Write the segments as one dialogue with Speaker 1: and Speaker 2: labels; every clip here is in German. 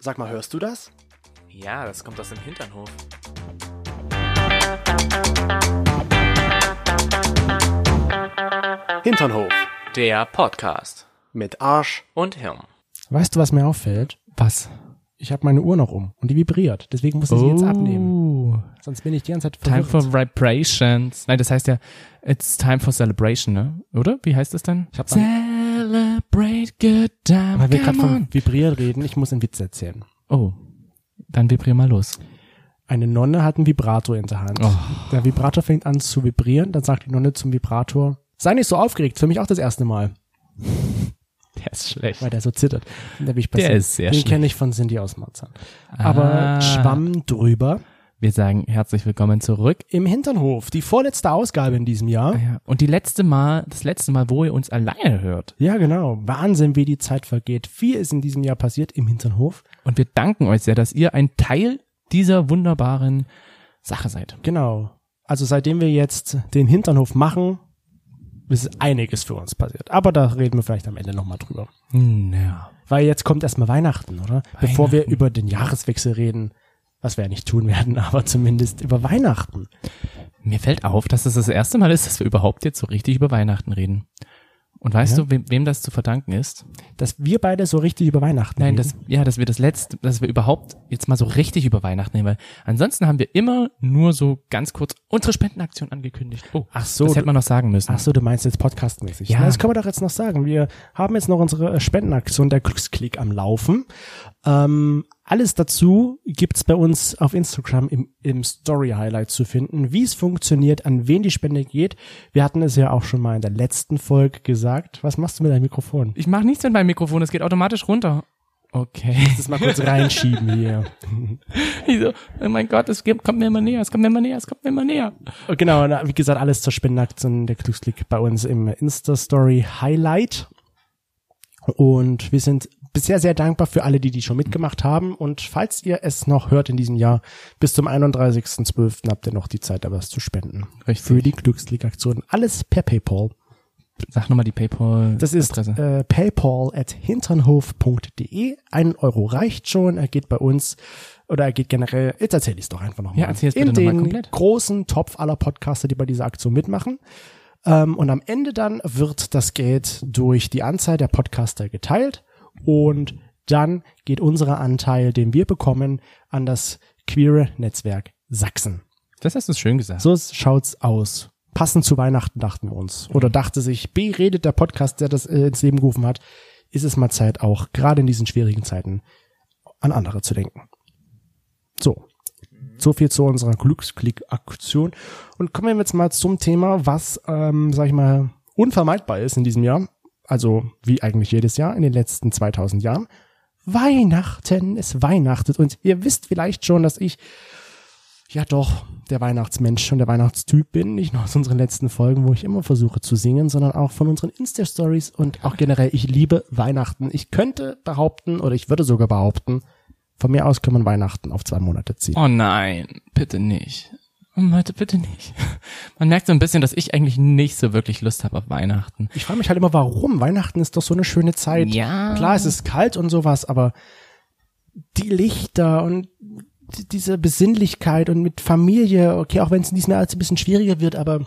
Speaker 1: Sag mal, hörst du das?
Speaker 2: Ja, das kommt aus dem Hinternhof.
Speaker 1: Hinternhof
Speaker 2: Der Podcast
Speaker 1: mit Arsch.
Speaker 2: und Hirn.
Speaker 3: Weißt du, was mir auffällt?
Speaker 4: Was?
Speaker 3: Ich habe meine Uhr noch um und die vibriert. Deswegen muss ich sie jetzt abnehmen. Sonst bin ich die ganze Zeit
Speaker 4: Oh. Uh, Time
Speaker 3: verwirrt.
Speaker 4: for vibrations. Nein, das heißt ja, it's time for celebration, ne? Oder? Wie heißt das denn?
Speaker 3: Ich hab's
Speaker 4: Celebrate good time.
Speaker 3: Weil wir gerade
Speaker 4: come on.
Speaker 3: vom Vibrieren reden, ich muss einen Witz erzählen.
Speaker 4: Oh, dann vibrier mal los.
Speaker 3: Eine Nonne hat einen Vibrator in der Hand.
Speaker 4: Oh.
Speaker 3: Der Vibrator fängt an zu vibrieren, dann sagt die Nonne zum Vibrator, sei nicht so aufgeregt, für mich auch das erste Mal,
Speaker 4: Der ist schlecht.
Speaker 3: weil der so zittert. Der, bin ich bei
Speaker 4: Der
Speaker 3: Cindy.
Speaker 4: ist sehr
Speaker 3: Den
Speaker 4: schlecht.
Speaker 3: kenne ich von Cindy aus Marzahn. Aber
Speaker 4: Ah.
Speaker 3: Schwamm drüber
Speaker 4: Wir sagen herzlich willkommen zurück.
Speaker 3: im Hinternhof, die vorletzte Ausgabe in diesem Jahr.
Speaker 4: Ja. Und die letzte Mal, das letzte Mal, wo ihr uns alleine hört.
Speaker 3: Ja, genau. Wahnsinn, wie die Zeit vergeht. Viel ist in diesem Jahr passiert im Hinternhof.
Speaker 4: Und wir danken euch sehr, dass ihr ein Teil dieser wunderbaren Sache seid.
Speaker 3: Genau. Also seitdem wir jetzt den Hinternhof machen, ist einiges für uns passiert. Aber da reden wir vielleicht am Ende nochmal drüber.
Speaker 4: Ja.
Speaker 3: Weil jetzt kommt erstmal Weihnachten, oder? Bevor wir
Speaker 4: Weihnachten.
Speaker 3: über den Jahreswechsel reden, was wir ja nicht tun werden, aber zumindest über Weihnachten.
Speaker 4: Mir fällt auf, dass es das erste Mal ist, dass wir überhaupt jetzt so richtig über Weihnachten reden. Und weißt
Speaker 3: Ja.
Speaker 4: du, wem, wem das zu verdanken ist?
Speaker 3: Dass wir beide so richtig über Weihnachten reden.
Speaker 4: Nein, dass, ja, dass wir das letzte, dass wir überhaupt jetzt mal so richtig über Weihnachten reden, weil ansonsten haben wir immer nur so ganz kurz unsere Spendenaktion angekündigt. Oh,
Speaker 3: Ach so,
Speaker 4: das hätte man noch sagen müssen.
Speaker 3: Ach so, du meinst jetzt podcastmäßig.
Speaker 4: Ja.
Speaker 3: Na, Das können wir doch jetzt noch sagen. Wir haben jetzt noch unsere äh, Spendenaktion der Glücksklick am Laufen. Ähm, alles dazu gibt's bei uns auf Instagram im, im Story Highlight zu finden, wie es funktioniert, an wen die Spende geht. Wir hatten es ja auch schon mal in der letzten Folge gesagt. Was machst du mit deinem Mikrofon?
Speaker 4: Ich mache nichts mit meinem Mikrofon, es geht automatisch runter. Okay.
Speaker 3: Das mal kurz reinschieben hier.
Speaker 4: Ich so, oh mein Gott, es gibt- kommt mir immer näher, es kommt mir immer näher, es kommt mir immer näher.
Speaker 3: Und Genau, na, wie gesagt, alles zur Spendenaktion der Glücksklick bei uns im Insta-Story Highlight. Und wir sind bisher sehr dankbar für alle, die die schon mitgemacht haben. Und falls ihr es noch hört in diesem Jahr, bis zum 31.12. habt ihr noch die Zeit, da was zu spenden. Für
Speaker 4: Richtig.
Speaker 3: die Glücksklick-Aktion. Alles per PayPal.
Speaker 4: Sag nochmal die Paypal.
Speaker 3: Das ist
Speaker 4: Adresse.
Speaker 3: äh, paypal at hinternhof.de. Ein Euro reicht schon. Er geht bei uns oder er geht generell. Jetzt erzähl ich's doch einfach nochmal.
Speaker 4: Ja, erzähl's
Speaker 3: In
Speaker 4: bitte noch mal
Speaker 3: den
Speaker 4: komplett.
Speaker 3: großen Topf aller Podcaster, die bei dieser Aktion mitmachen. Ähm, und am Ende dann wird das Geld durch die Anzahl der Podcaster geteilt und dann geht unser Anteil, den wir bekommen, an das queere Netzwerk Sachsen.
Speaker 4: das hast du schön gesagt.
Speaker 3: So schaut's aus. Passend zu Weihnachten dachten wir uns. Oder dachte sich, B redet der Podcast, der das äh, ins Leben gerufen hat, ist es mal Zeit auch, gerade in diesen schwierigen Zeiten, an andere zu denken. So. So viel zu unserer Glücksklick-Aktion. Und kommen wir jetzt mal zum Thema, was, ähm, sag ich mal, unvermeidbar ist in diesem Jahr. Also, wie eigentlich jedes Jahr in den letzten 2000 Jahren. Weihnachten, es weihnachtet. Und ihr wisst vielleicht schon, dass ich ja doch der Weihnachtsmensch und der Weihnachtstyp bin. Nicht nur aus unseren letzten Folgen, wo ich immer versuche zu singen, sondern auch von unseren Insta-Stories und auch generell, ich liebe Weihnachten. Ich könnte behaupten oder ich würde sogar behaupten, von mir aus kann man Weihnachten auf zwei Monate ziehen.
Speaker 4: Oh nein, bitte nicht. Oh, Leute, bitte nicht. Man merkt so ein bisschen, dass ich eigentlich nicht so wirklich Lust habe auf Weihnachten.
Speaker 3: Ich frage mich halt immer, warum? Weihnachten ist doch so eine schöne Zeit.
Speaker 4: Ja.
Speaker 3: Klar, es ist kalt und sowas, aber die Lichter und die- diese Besinnlichkeit und mit Familie, okay, auch wenn es in diesem Jahr alles ein bisschen schwieriger wird, aber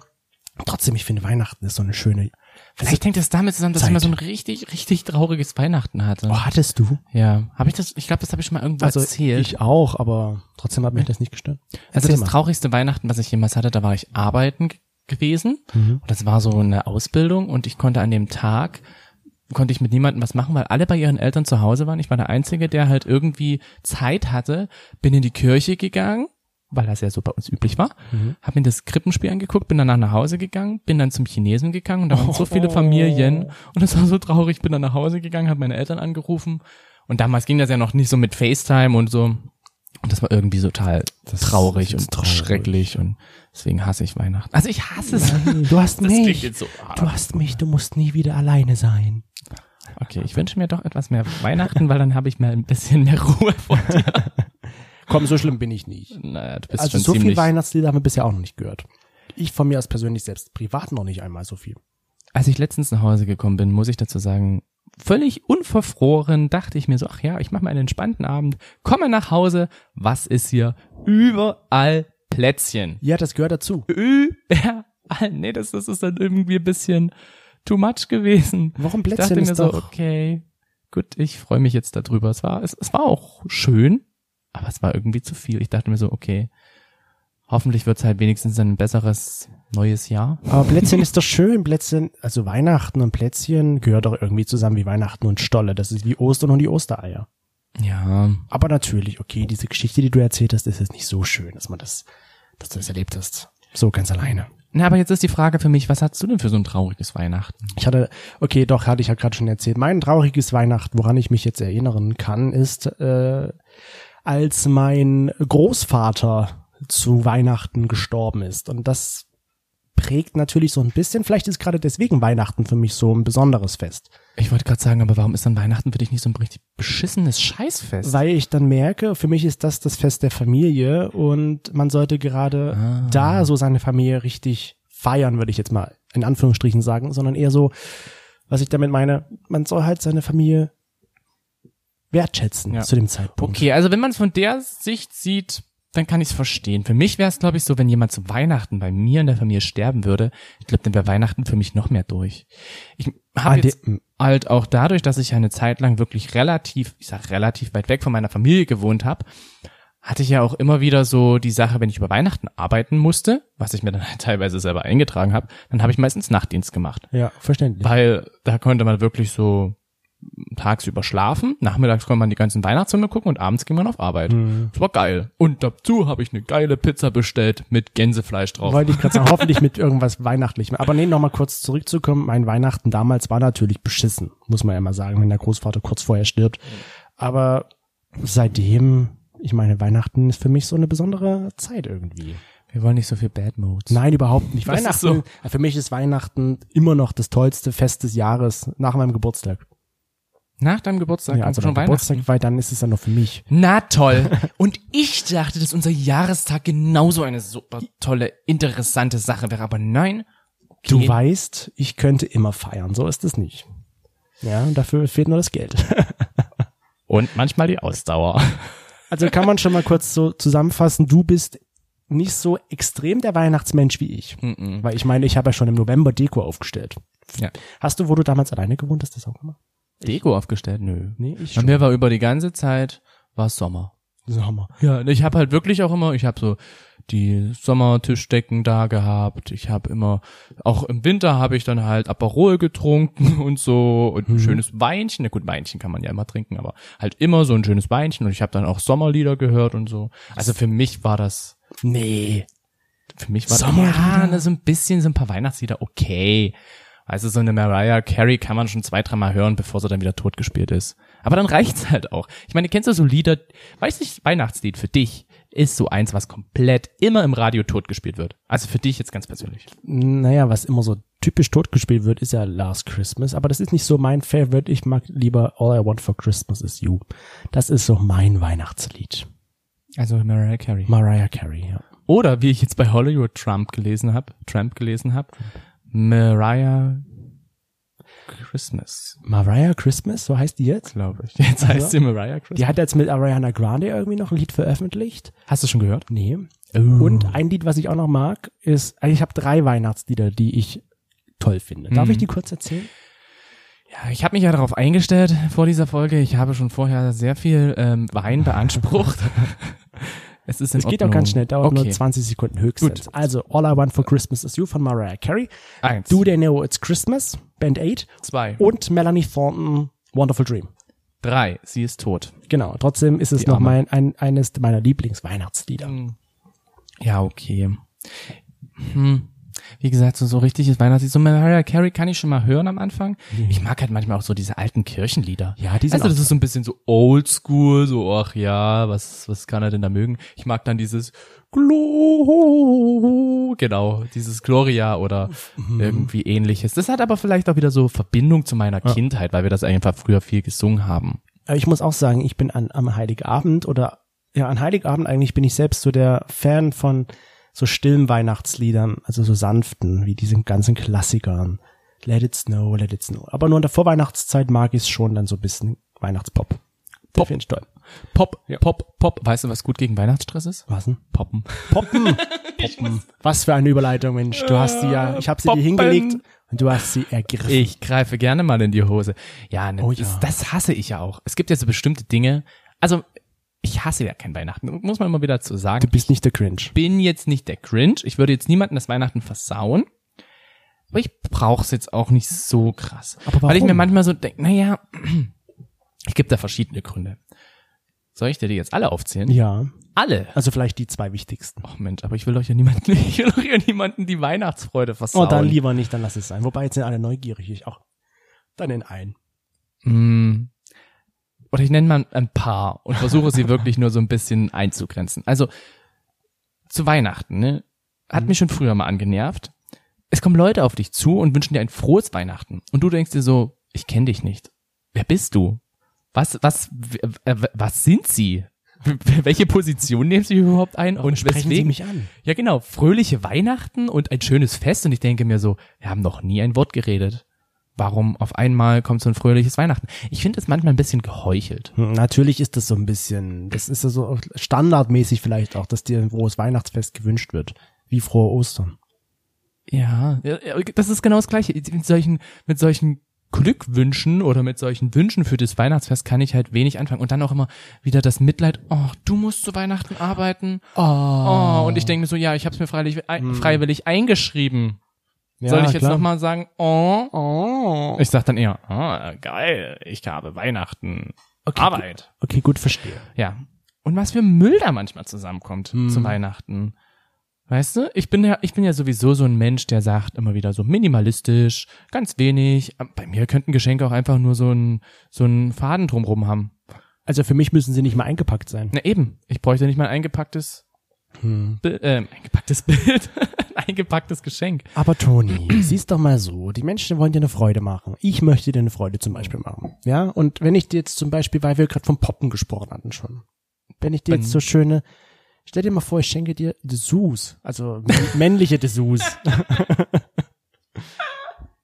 Speaker 3: trotzdem, ich finde Weihnachten ist so eine schöne.
Speaker 4: Vielleicht hängt das damit zusammen, dass
Speaker 3: Also Zeit.
Speaker 4: ich mal so ein richtig, richtig trauriges Weihnachten hatte.
Speaker 3: Oh, hattest du?
Speaker 4: Ja, habe ich das? Ich glaube, das habe ich schon mal irgendwo
Speaker 3: Also
Speaker 4: erzählt.
Speaker 3: ich auch, aber trotzdem hat mich das nicht gestört.
Speaker 4: also
Speaker 3: Erzähl
Speaker 4: das
Speaker 3: mal.
Speaker 4: traurigste Weihnachten, was ich jemals hatte, da war ich arbeiten g- gewesen
Speaker 3: Mhm.
Speaker 4: und das war so eine Ausbildung und ich konnte an dem Tag konnte ich mit niemandem was machen, weil alle bei ihren Eltern zu Hause waren. Ich war der Einzige, der halt irgendwie Zeit hatte, bin in die Kirche gegangen, weil das ja so bei uns üblich war,
Speaker 3: Mhm.
Speaker 4: habe mir das Krippenspiel angeguckt, bin danach nach Hause gegangen, bin dann zum Chinesen gegangen und da waren so
Speaker 3: Oh.
Speaker 4: viele Familien und das war so traurig, bin dann nach Hause gegangen, habe meine Eltern angerufen und damals ging das ja noch nicht so mit FaceTime und so. Und das war irgendwie so total
Speaker 3: Das
Speaker 4: traurig
Speaker 3: ist
Speaker 4: und
Speaker 3: traurig.
Speaker 4: schrecklich und deswegen hasse ich Weihnachten. Also ich hasse es.
Speaker 3: Du hast
Speaker 4: Das klingt
Speaker 3: mich.
Speaker 4: jetzt so hart.
Speaker 3: Du hast mich, du musst nie wieder alleine sein.
Speaker 4: Okay, ich wünsche mir doch etwas mehr Weihnachten, weil dann habe ich mal ein bisschen mehr Ruhe vor dir.
Speaker 3: Komm, so schlimm bin ich nicht.
Speaker 4: Naja, du bist
Speaker 3: also
Speaker 4: schon
Speaker 3: so viel
Speaker 4: ziemlich.
Speaker 3: Weihnachtslieder haben wir bisher auch noch nicht gehört. Ich von mir aus persönlich selbst privat noch nicht einmal so viel.
Speaker 4: Als ich letztens nach Hause gekommen bin, muss ich dazu sagen, völlig unverfroren dachte ich mir so, ach ja, ich mache mal einen entspannten Abend, komme nach Hause, was ist hier? Überall Plätzchen.
Speaker 3: Ja, das gehört dazu.
Speaker 4: Überall, nee, das, das ist dann irgendwie ein bisschen too much gewesen.
Speaker 3: Warum
Speaker 4: Ich dachte
Speaker 3: Plätzchen
Speaker 4: mir
Speaker 3: ist
Speaker 4: so,
Speaker 3: doch...
Speaker 4: okay, gut, ich freue mich jetzt darüber. Es war, es, es war auch schön, aber es war irgendwie zu viel. Ich dachte mir so, okay, hoffentlich wird's halt wenigstens ein besseres neues Jahr.
Speaker 3: Aber Plätzchen ist doch schön. Plätzchen, also Weihnachten und Plätzchen gehört doch irgendwie zusammen wie Weihnachten und Stolle. Das ist wie Ostern und die Ostereier.
Speaker 4: Ja,
Speaker 3: Aber natürlich, okay, diese Geschichte, die du erzählt hast, ist jetzt nicht so schön, dass man das, dass du das erlebt hast. So ganz alleine.
Speaker 4: Na, aber jetzt ist die Frage für mich, was hast du denn für so ein trauriges Weihnachten?
Speaker 3: Ich hatte, okay, doch, hatte ich ja gerade schon erzählt. Mein trauriges Weihnachten, woran ich mich jetzt erinnern kann, ist, äh, als mein Großvater zu Weihnachten gestorben ist. Und das prägt natürlich so ein bisschen. Vielleicht ist gerade deswegen Weihnachten für mich so ein besonderes Fest.
Speaker 4: Ich wollte gerade sagen, aber warum ist dann Weihnachten für dich nicht so ein richtig beschissenes Scheißfest?
Speaker 3: Weil ich dann merke, für mich ist das das Fest der Familie und man sollte gerade
Speaker 4: Ah.
Speaker 3: da so seine Familie richtig feiern, würde ich jetzt mal in Anführungsstrichen sagen, sondern eher so, was ich damit meine, man soll halt seine Familie wertschätzen
Speaker 4: Ja.
Speaker 3: zu dem Zeitpunkt.
Speaker 4: okay, also wenn man es von der Sicht sieht, dann kann ich es verstehen. Für mich wäre es, glaube ich, so, wenn jemand zu Weihnachten bei mir in der Familie sterben würde, ich glaube, dann wäre Weihnachten für mich noch mehr durch. Ich
Speaker 3: Ah,
Speaker 4: habe jetzt
Speaker 3: die- m.
Speaker 4: halt auch dadurch, dass ich ja eine Zeit lang wirklich relativ, ich sag relativ weit weg von meiner Familie gewohnt habe, hatte ich ja auch immer wieder so die Sache, wenn ich über Weihnachten arbeiten musste, was ich mir dann halt teilweise selber eingetragen habe, dann habe ich meistens Nachtdienst gemacht.
Speaker 3: Ja, verständlich.
Speaker 4: Weil da konnte man wirklich so tagsüber schlafen, nachmittags konnte man die ganzen Weihnachtsfilme gucken und abends ging man auf Arbeit.
Speaker 3: Mhm.
Speaker 4: Das war geil. Und dazu habe ich eine geile Pizza bestellt mit Gänsefleisch drauf.
Speaker 3: Wollte ich gerade sagen, hoffentlich mit irgendwas Weihnachtlichem. Aber nee, nochmal kurz zurückzukommen. Mein Weihnachten damals war natürlich beschissen, muss man ja mal sagen, wenn der Großvater kurz vorher stirbt. Aber seitdem, ich meine, Weihnachten ist für mich so eine besondere Zeit irgendwie.
Speaker 4: Wir wollen nicht so viel Bad Modes.
Speaker 3: Nein, überhaupt nicht.
Speaker 4: Das
Speaker 3: Weihnachten, äh,
Speaker 4: ist so.
Speaker 3: für mich ist Weihnachten immer noch das tollste Fest des Jahres nach meinem Geburtstag.
Speaker 4: Nach deinem Geburtstag
Speaker 3: Ja,
Speaker 4: kommt
Speaker 3: also
Speaker 4: schon
Speaker 3: mein
Speaker 4: Weihnachten.
Speaker 3: Geburtstag, weil dann ist es dann noch für mich.
Speaker 4: Na toll. Und ich dachte, dass unser Jahrestag genauso eine super tolle, interessante Sache wäre. Aber nein.
Speaker 3: Du
Speaker 4: Okay.
Speaker 3: weißt, ich könnte immer feiern. So ist es nicht. Ja, und dafür fehlt nur das Geld.
Speaker 4: Und manchmal die Ausdauer.
Speaker 3: Also kann man schon mal kurz so zusammenfassen, du bist nicht so extrem der Weihnachtsmensch wie ich. Weil ich meine, ich habe ja schon im November Deko aufgestellt.
Speaker 4: Ja.
Speaker 3: Hast du, wo du damals alleine gewohnt hast, das auch gemacht?
Speaker 4: Deko aufgestellt? Nö.
Speaker 3: Nee, ich
Speaker 4: Bei mir war über die ganze Zeit, war Sommer.
Speaker 3: So Hammer.
Speaker 4: Ja, ich habe halt wirklich auch immer, ich habe so die Sommertischdecken da gehabt. Ich habe immer, auch im Winter habe ich dann halt Aperol getrunken und so und ein schönes Weinchen. Na gut, Weinchen kann man ja immer trinken, aber halt immer so ein schönes Weinchen und ich habe dann auch Sommerlieder gehört und so. Also für mich war das,
Speaker 3: Nee.
Speaker 4: für mich war
Speaker 3: Sommerlieder?
Speaker 4: ja, ne, so ein bisschen, so ein paar Weihnachtslieder, okay. Also so eine Mariah Carey kann man schon zwei, dreimal hören, bevor sie dann wieder tot gespielt ist. Aber dann reicht's halt auch. Ich meine, kennst du so Lieder, weiß nicht, Weihnachtslied für dich ist so eins, was komplett immer im Radio tot gespielt wird. Also für dich jetzt ganz persönlich.
Speaker 3: Naja, was immer so typisch totgespielt wird, ist ja Last Christmas. Aber das ist nicht so mein Favorite. Ich mag lieber All I Want for Christmas is You. Das ist so mein Weihnachtslied.
Speaker 4: Also Mariah Carey.
Speaker 3: Mariah Carey, ja.
Speaker 4: Oder wie ich jetzt bei Hollywood Trump gelesen habe, Trump gelesen habe, Mariah Christmas,
Speaker 3: Mariah Christmas, so heißt die jetzt?
Speaker 4: glaube ich. Jetzt heißt sie Mariah Christmas.
Speaker 3: Die hat jetzt mit Ariana Grande irgendwie noch ein Lied veröffentlicht.
Speaker 4: Hast du schon gehört?
Speaker 3: Nee.
Speaker 4: Oh.
Speaker 3: Und ein Lied, was ich auch noch mag, ist, also ich habe drei Weihnachtslieder, die ich toll finde.
Speaker 4: Hm.
Speaker 3: Darf ich die kurz erzählen?
Speaker 4: Ja, ich habe mich ja darauf eingestellt vor dieser Folge. Ich habe schon vorher sehr viel ähm, Wein beansprucht. es ist in
Speaker 3: Es geht auch
Speaker 4: Ordnung.
Speaker 3: ganz schnell, dauert
Speaker 4: okay.
Speaker 3: nur 20 Sekunden höchstens.
Speaker 4: Gut.
Speaker 3: Also, All I Want for Christmas is You von Mariah Carey.
Speaker 4: Eins,
Speaker 3: Do They Know It's Christmas, Band 8.
Speaker 4: zwei,
Speaker 3: Und Melanie Thornton, Wonderful Dream.
Speaker 4: drei. Sie ist tot.
Speaker 3: Genau, trotzdem ist es noch
Speaker 4: Arme. Hm.
Speaker 3: mein, ein, eines meiner Lieblingsweihnachtslieder.
Speaker 4: Ja, okay. Hm. Wie gesagt, so, so richtiges Weihnachtslied. So Mariah Carey kann ich schon mal hören am Anfang. Ich mag halt manchmal auch so diese alten Kirchenlieder.
Speaker 3: Mhm. Ja, die sind
Speaker 4: Also das
Speaker 3: auch-
Speaker 4: ist so ein bisschen so oldschool, so ach ja, was, was kann er denn da mögen? Ich mag dann dieses Glo genau, dieses Gloria oder
Speaker 3: Mhm.
Speaker 4: irgendwie ähnliches. Das hat aber vielleicht auch wieder so Verbindung zu meiner Kindheit, weil wir das einfach früher viel gesungen haben.
Speaker 3: Aber Äh, ich muss auch sagen, ich bin an, am Heiligabend oder ja, an Heiligabend eigentlich bin ich selbst so der Fan von so stillen Weihnachtsliedern, also so sanften, wie diesen ganzen Klassikern. Let it snow, let it snow. Aber nur in der Vorweihnachtszeit mag ich es schon dann so ein bisschen Weihnachtspop.
Speaker 4: Pop.
Speaker 3: Das finde ich toll.
Speaker 4: Pop, pop, pop. Weißt du, was gut gegen Weihnachtsstress ist?
Speaker 3: Was denn?
Speaker 4: Poppen.
Speaker 3: Poppen. Poppen. Was für eine Überleitung, Mensch. Du hast sie ja, ich habe sie dir hingelegt und du hast sie ergriffen.
Speaker 4: Ah, Ich greife gerne mal in die Hose. Ja, ne,
Speaker 3: Oh ja.
Speaker 4: Das, das hasse ich ja auch. Es gibt ja so bestimmte Dinge. Also, ich hasse ja kein Weihnachten, muss man immer wieder zu sagen.
Speaker 3: Du bist nicht der Cringe.
Speaker 4: bin jetzt nicht der Cringe. Ich würde jetzt niemanden das Weihnachten versauen. Aber ich brauche es jetzt auch nicht so krass.
Speaker 3: Aber
Speaker 4: Weil ich mir
Speaker 3: warum?
Speaker 4: manchmal so denke, naja, ich gebe da verschiedene Gründe. Soll ich dir die jetzt alle aufzählen?
Speaker 3: Ja,
Speaker 4: Alle.
Speaker 3: also vielleicht die zwei wichtigsten.
Speaker 4: Ach Mensch, aber ich will euch ja niemanden, ich will euch ja niemanden die Weihnachtsfreude
Speaker 3: Oh,
Speaker 4: versauen.
Speaker 3: dann lieber nicht, dann lass es sein. Wobei jetzt sind alle neugierig, ich auch. Dann in einen.
Speaker 4: Mm. Oder ich nenne mal ein paar und versuche sie wirklich nur so ein bisschen einzugrenzen. Also zu Weihnachten, ne?
Speaker 3: Mhm.
Speaker 4: Hat mich schon früher mal angenervt. Es kommen Leute auf dich zu und wünschen dir ein frohes Weihnachten. Und du denkst dir so, ich kenne dich nicht. Wer bist du? Was, was, w- äh, was sind sie? W- Welche Position nehmen sie überhaupt ein? und
Speaker 3: sprechen Sie
Speaker 4: weswegen?
Speaker 3: mich an.
Speaker 4: Ja, genau. Fröhliche Weihnachten und ein schönes Fest. Und ich denke mir so, wir haben noch nie ein Wort geredet. Warum auf einmal kommt so ein fröhliches Weihnachten? Ich finde das manchmal ein bisschen geheuchelt.
Speaker 3: Hm, Natürlich ist das so ein bisschen, das ist ja so standardmäßig vielleicht auch, dass dir ein frohes Weihnachtsfest gewünscht wird. Wie frohe Ostern.
Speaker 4: Ja, ja, ja, das ist genau das Gleiche. Mit solchen, mit solchen Glückwünschen oder mit solchen Wünschen für das Weihnachtsfest kann ich halt wenig anfangen. Und dann auch immer wieder das Mitleid, oh, du musst zu Weihnachten arbeiten.
Speaker 3: Oh.
Speaker 4: Oh, Hm. und ich denke mir so, ja, ich habe es mir freilich, ein, freiwillig eingeschrieben.
Speaker 3: ja,
Speaker 4: Soll ich jetzt
Speaker 3: klar.
Speaker 4: nochmal sagen, oh,
Speaker 3: Oh.
Speaker 4: Ich sag dann eher, ah, geil, ich habe Weihnachten, Arbeit.
Speaker 3: Okay, gut, Hm. verstehe.
Speaker 4: Ja. Und was für Müll da manchmal zusammenkommt zu Weihnachten. Weißt du, ich bin ja, ich bin ja sowieso so ein Mensch, der sagt immer wieder so minimalistisch, ganz wenig. Ähm, Bei mir könnten Geschenke auch einfach nur so ein, so einen Faden drumrum haben.
Speaker 3: Also für mich müssen sie nicht mal eingepackt sein.
Speaker 4: Na eben, ich bräuchte nicht mal ein eingepacktes,
Speaker 3: Hm.
Speaker 4: Bi- ähm, eingepacktes Bild, ein eingepacktes Geschenk.
Speaker 3: Aber Toni, sieh's doch mal so. Die Menschen wollen dir eine Freude machen. Ich möchte dir eine Freude zum Beispiel machen. Ja, und wenn ich dir jetzt zum Beispiel, weil wir gerade vom Poppen gesprochen hatten schon, wenn ich dir
Speaker 4: Mhm.
Speaker 3: jetzt so schöne, stell dir mal vor, ich schenke dir Dessous, also män- männliche Dessous.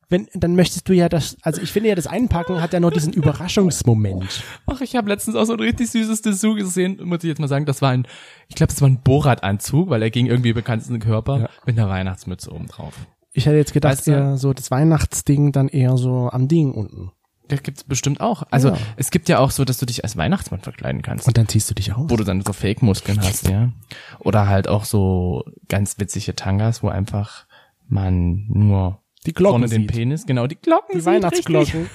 Speaker 3: Wenn, dann möchtest du ja das, also ich finde ja, das Einpacken hat ja nur diesen Überraschungsmoment.
Speaker 4: Ach, ich habe letztens auch so ein richtig süßes Dessous gesehen, muss ich jetzt mal sagen. Das war ein, ich glaube, das war ein Borat-Anzug, weil er ging irgendwie bekannten Körper mit einer Weihnachtsmütze oben drauf.
Speaker 3: Ich hätte jetzt gedacht,
Speaker 4: Weißt du-
Speaker 3: eher so das Weihnachtsding dann eher so am Ding unten.
Speaker 4: Das gibt's bestimmt auch. Also
Speaker 3: Ja.
Speaker 4: es gibt ja auch so, dass du dich als Weihnachtsmann verkleiden kannst,
Speaker 3: Und dann ziehst du dich aus.
Speaker 4: wo du dann so Fake-Muskeln hast, ja. Oder halt auch so ganz witzige Tangas, wo einfach man nur
Speaker 3: Die Glocken
Speaker 4: vorne den
Speaker 3: sieht.
Speaker 4: Penis, genau, die Glocken
Speaker 3: Die
Speaker 4: sieht richtig.
Speaker 3: Weihnachtsglocken.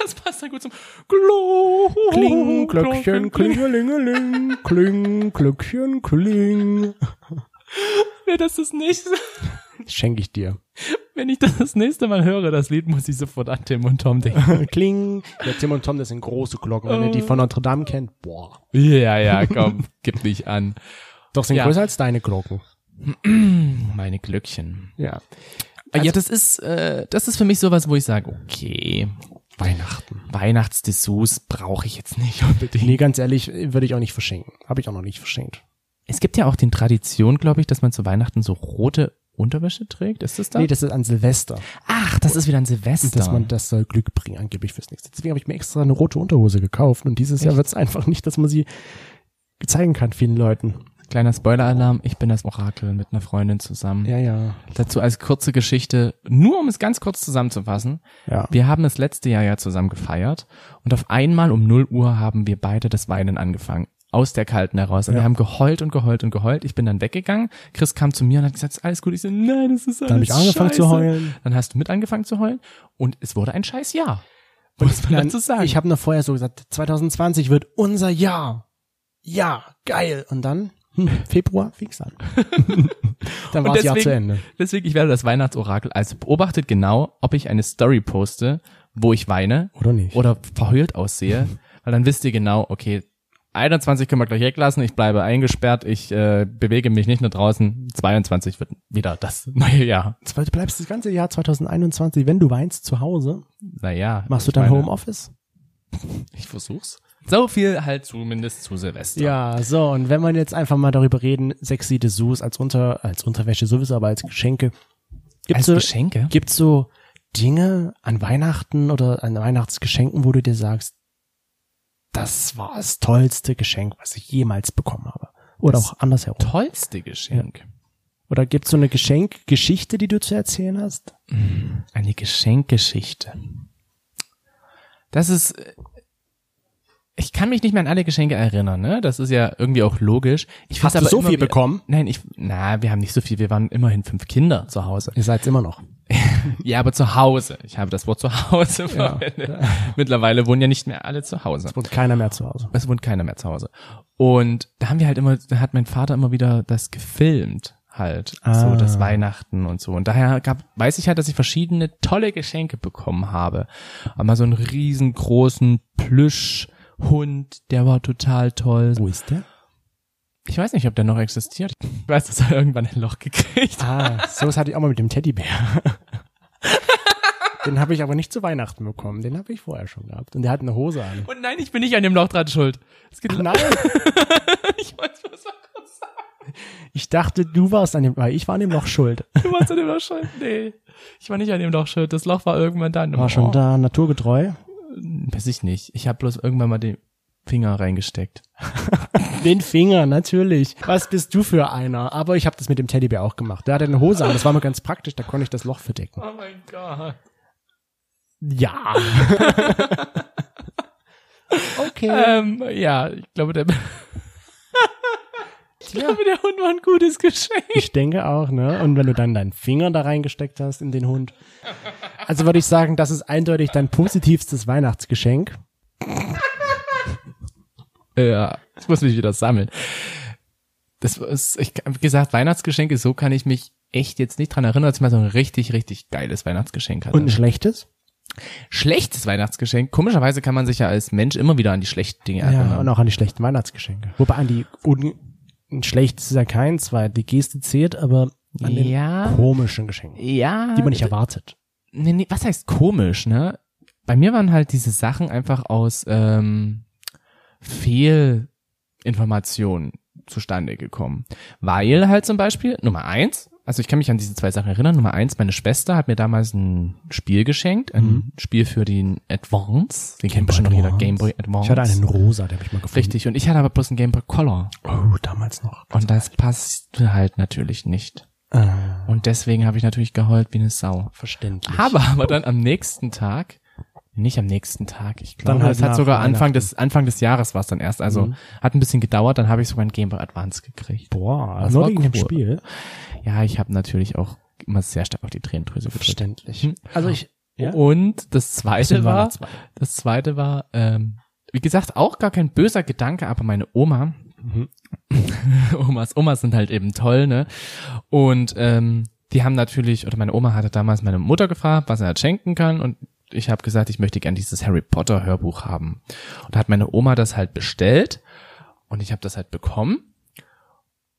Speaker 4: Das passt dann gut zum Glo
Speaker 3: Kling, Oh, Glöckchen, Klingelingeling, Kling, Glöckchen, Kling.
Speaker 4: Wer das ist nicht.
Speaker 3: Schenke ich dir.
Speaker 4: Wenn ich das das nächste Mal höre, das Lied, muss ich sofort an Tim und Tom denken.
Speaker 3: Kling. Ja, Tim und Tom, das sind große Glocken. Wenn ihr die von Notre Dame kennt, boah.
Speaker 4: Ja, ja, komm, gib nicht an.
Speaker 3: Doch sind
Speaker 4: Ja.
Speaker 3: größer als deine Glocken.
Speaker 4: Meine Glöckchen.
Speaker 3: Ja.
Speaker 4: Ah, ja, das ist, äh, das ist für mich sowas, wo ich sage, okay,
Speaker 3: Weihnachten.
Speaker 4: Weihnachtsdessous brauche ich jetzt nicht unbedingt.
Speaker 3: Nee, ganz ehrlich, würde ich auch nicht verschenken. Habe ich auch noch nicht verschenkt.
Speaker 4: Es gibt ja auch den Tradition, glaube ich, dass man zu Weihnachten so rote Unterwäsche trägt. Ist das da?
Speaker 3: Nee, das ist an Silvester.
Speaker 4: Ach, das ist wieder ein Silvester.
Speaker 3: Dass man das soll Glück bringen, angeblich fürs nächste. Deswegen habe ich mir extra eine rote Unterhose gekauft. Und dieses Jahr wird es einfach nicht, dass man sie zeigen kann vielen Leuten.
Speaker 4: Kleiner Spoiler-Alarm, ich bin das Orakel mit einer Freundin zusammen.
Speaker 3: Ja, ja.
Speaker 4: Dazu als kurze Geschichte, nur um es ganz kurz zusammenzufassen.
Speaker 3: Ja.
Speaker 4: Wir haben das letzte Jahr ja zusammen gefeiert und auf einmal um 0 Uhr haben wir beide das Weinen angefangen. Aus der Kalten heraus. Und wir haben geheult und geheult und geheult. Ich bin dann weggegangen. Chris kam zu mir und hat gesagt, "Ist alles gut. Ich so, nein, es ist alles
Speaker 3: Dann habe ich angefangen zu
Speaker 4: scheiße."
Speaker 3: heulen.
Speaker 4: Dann hast du mit angefangen zu heulen und es wurde ein scheiß Jahr. Muss man dazu sagen.
Speaker 3: Ich habe noch vorher so gesagt, 2020 wird unser Jahr. Ja, geil. Und dann hm, Februar fing's an. dann war das Jahr zu Ende.
Speaker 4: deswegen, ich werde das Weihnachtsorakel, also beobachtet genau, ob ich eine Story poste, wo ich weine
Speaker 3: Oder nicht.
Speaker 4: oder verheult aussehe, weil dann wisst ihr genau, okay, 21 können wir gleich weglassen, ich bleibe eingesperrt, ich äh, bewege mich nicht nur draußen, 22 wird wieder das neue Jahr.
Speaker 3: Zwei- Du bleibst das ganze Jahr 2021, wenn du weinst, zu Hause.
Speaker 4: Naja.
Speaker 3: Machst du
Speaker 4: ich
Speaker 3: dann
Speaker 4: meine,
Speaker 3: Homeoffice?
Speaker 4: Ich versuch's. So viel halt zumindest zu Silvester.
Speaker 3: Ja, so. Und wenn wir jetzt einfach mal darüber reden, sexy Dessous als, Unter, als Unterwäsche sowieso, aber als Geschenke. Gibt's
Speaker 4: Als
Speaker 3: so,
Speaker 4: Geschenke?
Speaker 3: gibt's so Dinge an Weihnachten oder an Weihnachtsgeschenken, wo du dir sagst, das war das tollste Geschenk, was ich jemals bekommen habe? Oder auch andersherum.
Speaker 4: Tollste Geschenk.
Speaker 3: Oder gibt's so eine Geschenkgeschichte, die du zu erzählen hast?
Speaker 4: Eine Geschenkgeschichte. Das ist. äh, Ich kann mich nicht mehr an alle Geschenke erinnern, ne? Das ist ja irgendwie auch logisch. Ich
Speaker 3: Hast
Speaker 4: weiß
Speaker 3: du
Speaker 4: aber
Speaker 3: so
Speaker 4: immer
Speaker 3: viel
Speaker 4: wie-
Speaker 3: bekommen?
Speaker 4: Nein, ich. Na, wir haben nicht so viel. Wir waren immerhin fünf Kinder zu Hause.
Speaker 3: Ihr seid's immer noch.
Speaker 4: Ja, aber zu Hause. Ich habe das Wort zu Hause verwendet. Mittlerweile wohnen ja nicht mehr alle zu Hause.
Speaker 3: Und keiner mehr zu Hause.
Speaker 4: Es wohnt keiner mehr zu Hause. Und da haben wir halt immer, da hat mein Vater immer wieder das gefilmt halt, so
Speaker 3: Ah.
Speaker 4: das Weihnachten und so. Und daher gab, weiß ich halt, dass ich verschiedene tolle Geschenke bekommen habe. Einmal so einen riesengroßen Plüschhund, der war total toll.
Speaker 3: ist der?
Speaker 4: Ich weiß nicht, ob der noch existiert. Ich weiß, dass er irgendwann ein Loch gekriegt hat.
Speaker 3: Ah, sowas hatte ich auch mal mit dem Teddybär. Den habe ich aber nicht zu Weihnachten bekommen. Den habe ich vorher schon gehabt. Und der hat eine Hose an.
Speaker 4: Und Oh nein, ich bin nicht an dem Loch dran schuld. Es geht
Speaker 3: Nein,
Speaker 4: ich weiß, was er kurz sagen.
Speaker 3: ich dachte, du warst an dem, weil ich war an dem Loch schuld.
Speaker 4: Du warst an dem Loch schuld? Nee. Ich war nicht an dem Loch schuld. Das Loch war irgendwann da.
Speaker 3: War schon da naturgetreu.
Speaker 4: Weiß ich nicht. Ich habe bloß irgendwann mal den Finger reingesteckt.
Speaker 3: Den Finger, natürlich. Was bist du für einer? Aber ich habe das mit dem Teddybär auch gemacht. Der hatte eine Hose an. Das war mir ganz praktisch. Da konnte ich das Loch verdecken.
Speaker 4: Oh mein Gott.
Speaker 3: Ja. okay.
Speaker 4: Ähm, ja, ich glaube, der, ich glaube, der Hund war ein gutes Geschenk.
Speaker 3: Ich denke auch, ne? Und wenn du dann deinen Finger da reingesteckt hast in den Hund. Also würde ich sagen, das ist eindeutig dein positivstes Weihnachtsgeschenk.
Speaker 4: Ja, ich muss mich wieder sammeln. Das ist, ich, wie gesagt, Weihnachtsgeschenke, so kann ich mich echt jetzt nicht dran erinnern, dass ich mal so ein richtig, richtig geiles Weihnachtsgeschenk hatte.
Speaker 3: Und ein schlechtes?
Speaker 4: schlechtes Weihnachtsgeschenk. Komischerweise kann man sich ja als Mensch immer wieder an die schlechten Dinge erinnern.
Speaker 3: Ja, und auch an die schlechten Weihnachtsgeschenke. Wobei an die un ein schlechtes ist ja keins, weil die Geste zählt, aber an den
Speaker 4: Ja.
Speaker 3: komischen Geschenken,
Speaker 4: ja,
Speaker 3: die man nicht erwartet.
Speaker 4: nee, nee, was heißt komisch, ne? Bei mir waren halt diese Sachen einfach aus ähm, Fehlinformationen zustande gekommen. Weil halt zum Beispiel, Nummer eins, also ich kann mich an diese zwei Sachen erinnern, Nummer eins, meine Schwester hat mir damals ein Spiel geschenkt, ein
Speaker 3: Mhm.
Speaker 4: Spiel für den Advance, den kennt bestimmt noch jeder, Game Boy Advance.
Speaker 3: Ich hatte einen rosa, den habe ich mal gefunden.
Speaker 4: Richtig, und ich hatte aber bloß einen Game Boy Color.
Speaker 3: Oh, damals noch.
Speaker 4: Und das passte halt natürlich nicht.
Speaker 3: Ah,
Speaker 4: Und deswegen habe ich natürlich geheult wie eine Sau.
Speaker 3: verständlich.
Speaker 4: Habe aber dann am nächsten Tag, nicht am nächsten Tag, ich glaube,
Speaker 3: Dann halt
Speaker 4: es hat
Speaker 3: nach
Speaker 4: sogar Anfang
Speaker 3: Weihnachten.
Speaker 4: des, Anfang des Jahres war es dann erst. Also hat ein bisschen gedauert, dann habe ich sogar ein Game Boy Advance gekriegt.
Speaker 3: Boah,
Speaker 4: Das
Speaker 3: nur
Speaker 4: war
Speaker 3: wegen dem
Speaker 4: cool.
Speaker 3: Spiel.
Speaker 4: Ja, ich habe natürlich auch immer sehr stark auf die Tränendrüse gedrückt. Hm.
Speaker 3: Verständlich. Also ich, ja?
Speaker 4: Oh. Und das zweite
Speaker 3: Bisschen
Speaker 4: war,
Speaker 3: Weihnachtsmann.
Speaker 4: das zweite war, ähm, wie gesagt, auch gar kein böser Gedanke, aber meine Oma, Omas, Omas sind halt eben toll, ne? Und ähm, die haben natürlich, oder meine Oma hatte damals meine Mutter gefragt, was er halt schenken kann und ich habe gesagt, ich möchte gern dieses Harry Potter Hörbuch haben. Und da hat meine Oma das halt bestellt und ich habe das halt bekommen.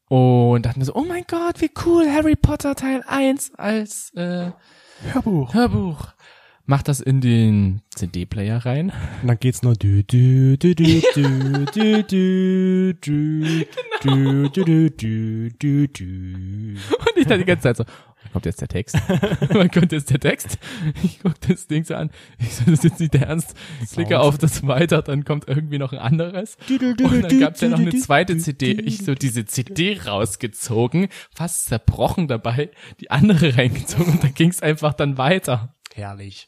Speaker 4: Und dachte mir so, oh mein Gott, wie cool, Harry Potter Teil 1 als äh,
Speaker 3: Hörbuch.
Speaker 4: Hörbuch. Mach das in den CD-Player rein.
Speaker 3: Und dann geht's nur dü dü dü dü dü dü dü dü dü dü dü dü dü.
Speaker 4: Und ich dann die ganze Zeit so, wann kommt jetzt der Text? Wann kommt jetzt der Text? Ich guck das Ding so an. Ich so, das ist jetzt nicht der Ernst. Klicke auf das weiter, dann kommt irgendwie noch ein anderes. Und dann Oh, gab's ja noch eine zweite CD. Ich so diese CD rausgezogen, fast zerbrochen dabei, die andere reingezogen und dann ging's einfach dann weiter.
Speaker 3: Herrlich.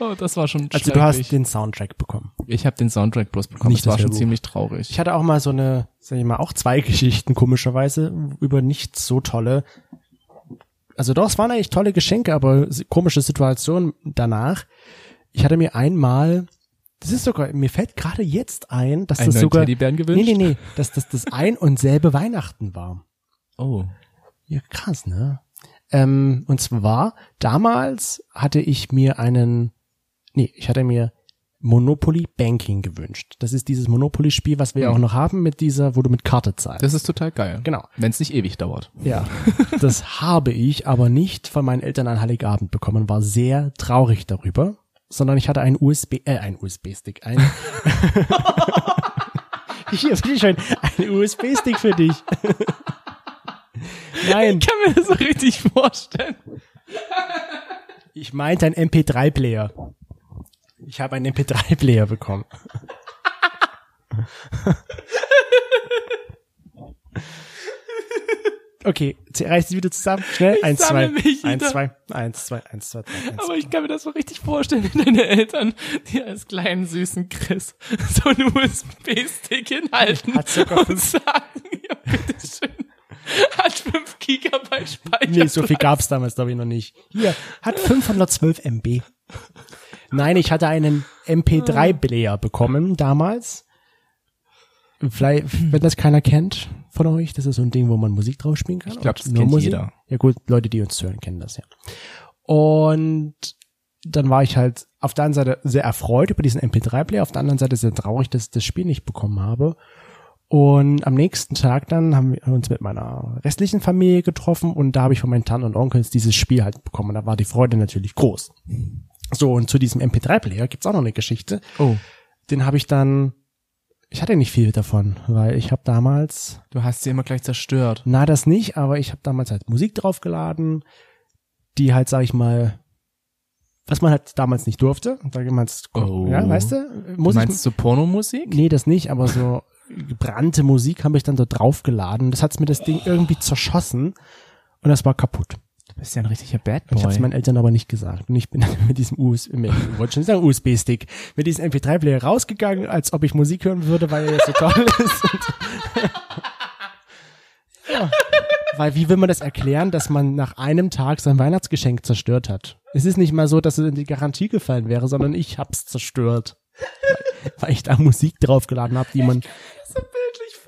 Speaker 4: Oh, das war schon
Speaker 3: Also du hast
Speaker 4: schrecklich.
Speaker 3: den Soundtrack bekommen.
Speaker 4: Ich habe den Soundtrack bloß bekommen.
Speaker 3: Nicht
Speaker 4: das war
Speaker 3: das
Speaker 4: schon
Speaker 3: Hörbuch.
Speaker 4: ziemlich traurig.
Speaker 3: Ich hatte auch mal so eine, sag ich mal, auch zwei Geschichten komischerweise über nicht so tolle. Also doch, es waren eigentlich tolle Geschenke, aber si- komische Situationen danach. Ich hatte mir einmal, das ist sogar, mir fällt gerade jetzt ein, dass
Speaker 4: Einen
Speaker 3: das
Speaker 4: neuen
Speaker 3: sogar,
Speaker 4: Teddybären gewünscht?
Speaker 3: nee, nee, nee, dass das das ein und selbe Weihnachten war.
Speaker 4: Oh.
Speaker 3: Ja, krass, ne? Ähm, und zwar, damals hatte ich mir einen, nee, ich hatte mir Monopoly Banking gewünscht. Das ist dieses Monopoly-Spiel, was wir ja auch noch haben mit dieser, wo du mit Karte zahlst.
Speaker 4: Das ist total geil.
Speaker 3: Genau.
Speaker 4: Wenn es nicht ewig dauert.
Speaker 3: ja, das habe ich aber nicht von meinen Eltern an Heiligabend bekommen, war sehr traurig darüber, sondern ich hatte einen USB, äh, einen USB-Stick, ein, hier, bitteschön, einen USB-Stick für dich. Nein,
Speaker 4: kann mir das so richtig vorstellen.
Speaker 3: Ich meinte ein MP3-Player. Ich habe einen MP3-Player bekommen. okay, z- reiß die wieder zusammen. Schnell.
Speaker 4: Ich
Speaker 3: eins, zwei.
Speaker 4: sammle mich
Speaker 3: eins,
Speaker 4: wieder.
Speaker 3: zwei. Eins, zwei. Eins, zwei. Drei, eins,
Speaker 4: Aber ich kann mir das so richtig vorstellen, wie deine Eltern dir als kleinen süßen Chris so einen USB-Stick hinhalten
Speaker 3: Hat circa
Speaker 4: und sagen, ja, bitteschön, hat 5 Gigabyte Speicher.
Speaker 3: Nee, so viel gab's damals, glaube ich, noch nicht. Hier, hat 512 MB. Nein, ich hatte einen MP3-Player bekommen damals. Vielleicht, wenn das keiner kennt von euch, das ist so ein Ding, wo man Musik drauf spielen kann. Ich
Speaker 4: glaub, das kennt jeder.
Speaker 3: Ja gut, Leute, die uns hören, kennen das ja. Und dann war ich halt auf der einen Seite sehr erfreut über diesen MP3-Player, auf der anderen Seite sehr traurig, dass ich das Spiel nicht bekommen habe. Und am nächsten Tag dann haben wir uns mit meiner restlichen Familie getroffen und da habe ich von meinen Tanten und Onkels dieses Spiel halt bekommen. Und da war die Freude natürlich groß. So, und zu diesem MP3-Player gibt's auch noch eine Geschichte.
Speaker 4: Oh,
Speaker 3: Den habe ich dann, ich hatte nicht viel davon, weil ich habe damals
Speaker 4: du hast sie immer gleich zerstört.
Speaker 3: na, das nicht, aber ich habe damals halt Musik draufgeladen, die halt, sag ich mal, was man halt damals nicht durfte. Da damals,
Speaker 4: Oh.
Speaker 3: ja, weißt du, muss
Speaker 4: du
Speaker 3: ich,
Speaker 4: meinst du Pornomusik?
Speaker 3: nee, das nicht, aber so gebrannte Musik habe ich dann dort draufgeladen. Das hat's mir das Ding irgendwie zerschossen und das war kaputt.
Speaker 4: Du bist ja ein richtiger Bad
Speaker 3: Und ich habe es
Speaker 4: Boy.
Speaker 3: meinen Eltern aber nicht gesagt. Und ich bin dann mit diesem US mit, ich wollte schon sagen, USB-Stick, mit diesem MP3-Player rausgegangen, als ob ich Musik hören würde, weil er jetzt so toll ist. Und ja. Weil wie will man das erklären, dass man nach einem Tag sein Weihnachtsgeschenk zerstört hat? Es ist nicht mal so, dass es in die Garantie gefallen wäre, sondern ich hab's zerstört. Weil- Weil ich da Musik draufgeladen habe, die man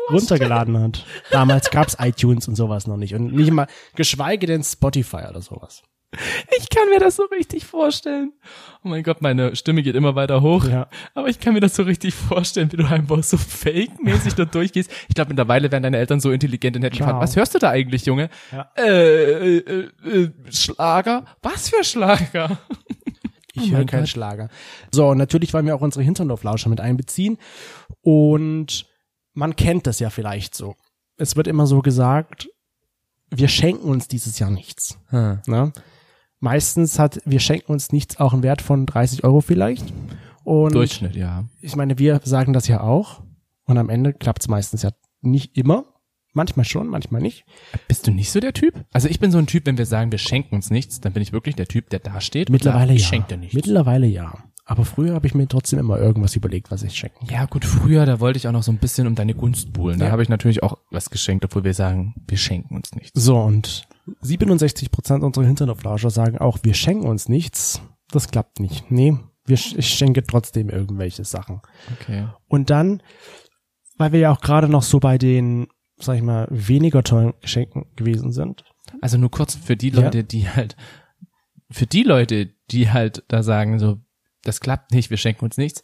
Speaker 3: runtergeladen hat. Damals gab's iTunes und sowas noch nicht. Und nicht mal, geschweige denn Spotify oder sowas.
Speaker 4: Ich kann mir das so richtig vorstellen. Oh mein Gott, meine Stimme geht immer weiter hoch.
Speaker 3: Ja.
Speaker 4: Aber ich kann mir das so richtig vorstellen, wie du einfach so fake-mäßig da durchgehst. Ich glaube, mittlerweile wären deine Eltern so intelligent und hätten
Speaker 3: Genau.
Speaker 4: gefragt, was hörst du da eigentlich, Junge?
Speaker 3: Ja.
Speaker 4: Äh, äh, äh, Schlager? Was für Schlager?
Speaker 3: Ich
Speaker 4: Oh
Speaker 3: höre
Speaker 4: mein
Speaker 3: keinen
Speaker 4: Gott.
Speaker 3: Schlager. So, und natürlich wollen wir auch unsere Hinterlauflauscher mit einbeziehen. Und man kennt das ja vielleicht so. Es wird immer so gesagt, wir schenken uns dieses Jahr nichts. Ne? Meistens hat, wir schenken uns nichts auch einen Wert von 30 Euro vielleicht. Und
Speaker 4: Durchschnitt, ja.
Speaker 3: ich meine, wir sagen das ja auch. Und am Ende klappt's meistens ja nicht immer. Manchmal schon, manchmal nicht.
Speaker 4: Bist du nicht so der Typ? Also ich bin so ein Typ, wenn wir sagen, wir schenken uns nichts, dann bin ich wirklich der Typ, der da steht. und
Speaker 3: Mittlerweile
Speaker 4: sagt,
Speaker 3: ja.
Speaker 4: Ich schenke dir nichts.
Speaker 3: Mittlerweile ja. Aber früher habe ich mir trotzdem immer irgendwas überlegt, was ich schenken
Speaker 4: Ja, gut, früher, da wollte ich auch noch so ein bisschen um deine Gunst buhlen. Da
Speaker 3: Ja.
Speaker 4: habe ich natürlich auch was geschenkt, obwohl wir sagen, wir schenken uns nichts.
Speaker 3: So, und 67 Prozent unserer Hinterlauflauscher sagen auch, wir schenken uns nichts. Das klappt nicht. Nee, wir, sch- ich schenke trotzdem irgendwelche Sachen.
Speaker 4: Okay.
Speaker 3: Und dann, weil wir ja auch gerade noch so bei den, sag ich mal, weniger tollen Geschenken gewesen sind.
Speaker 4: Also nur kurz für die
Speaker 3: Ja.
Speaker 4: Leute, die halt, für die Leute, die halt da sagen, so, das klappt nicht, wir schenken uns nichts.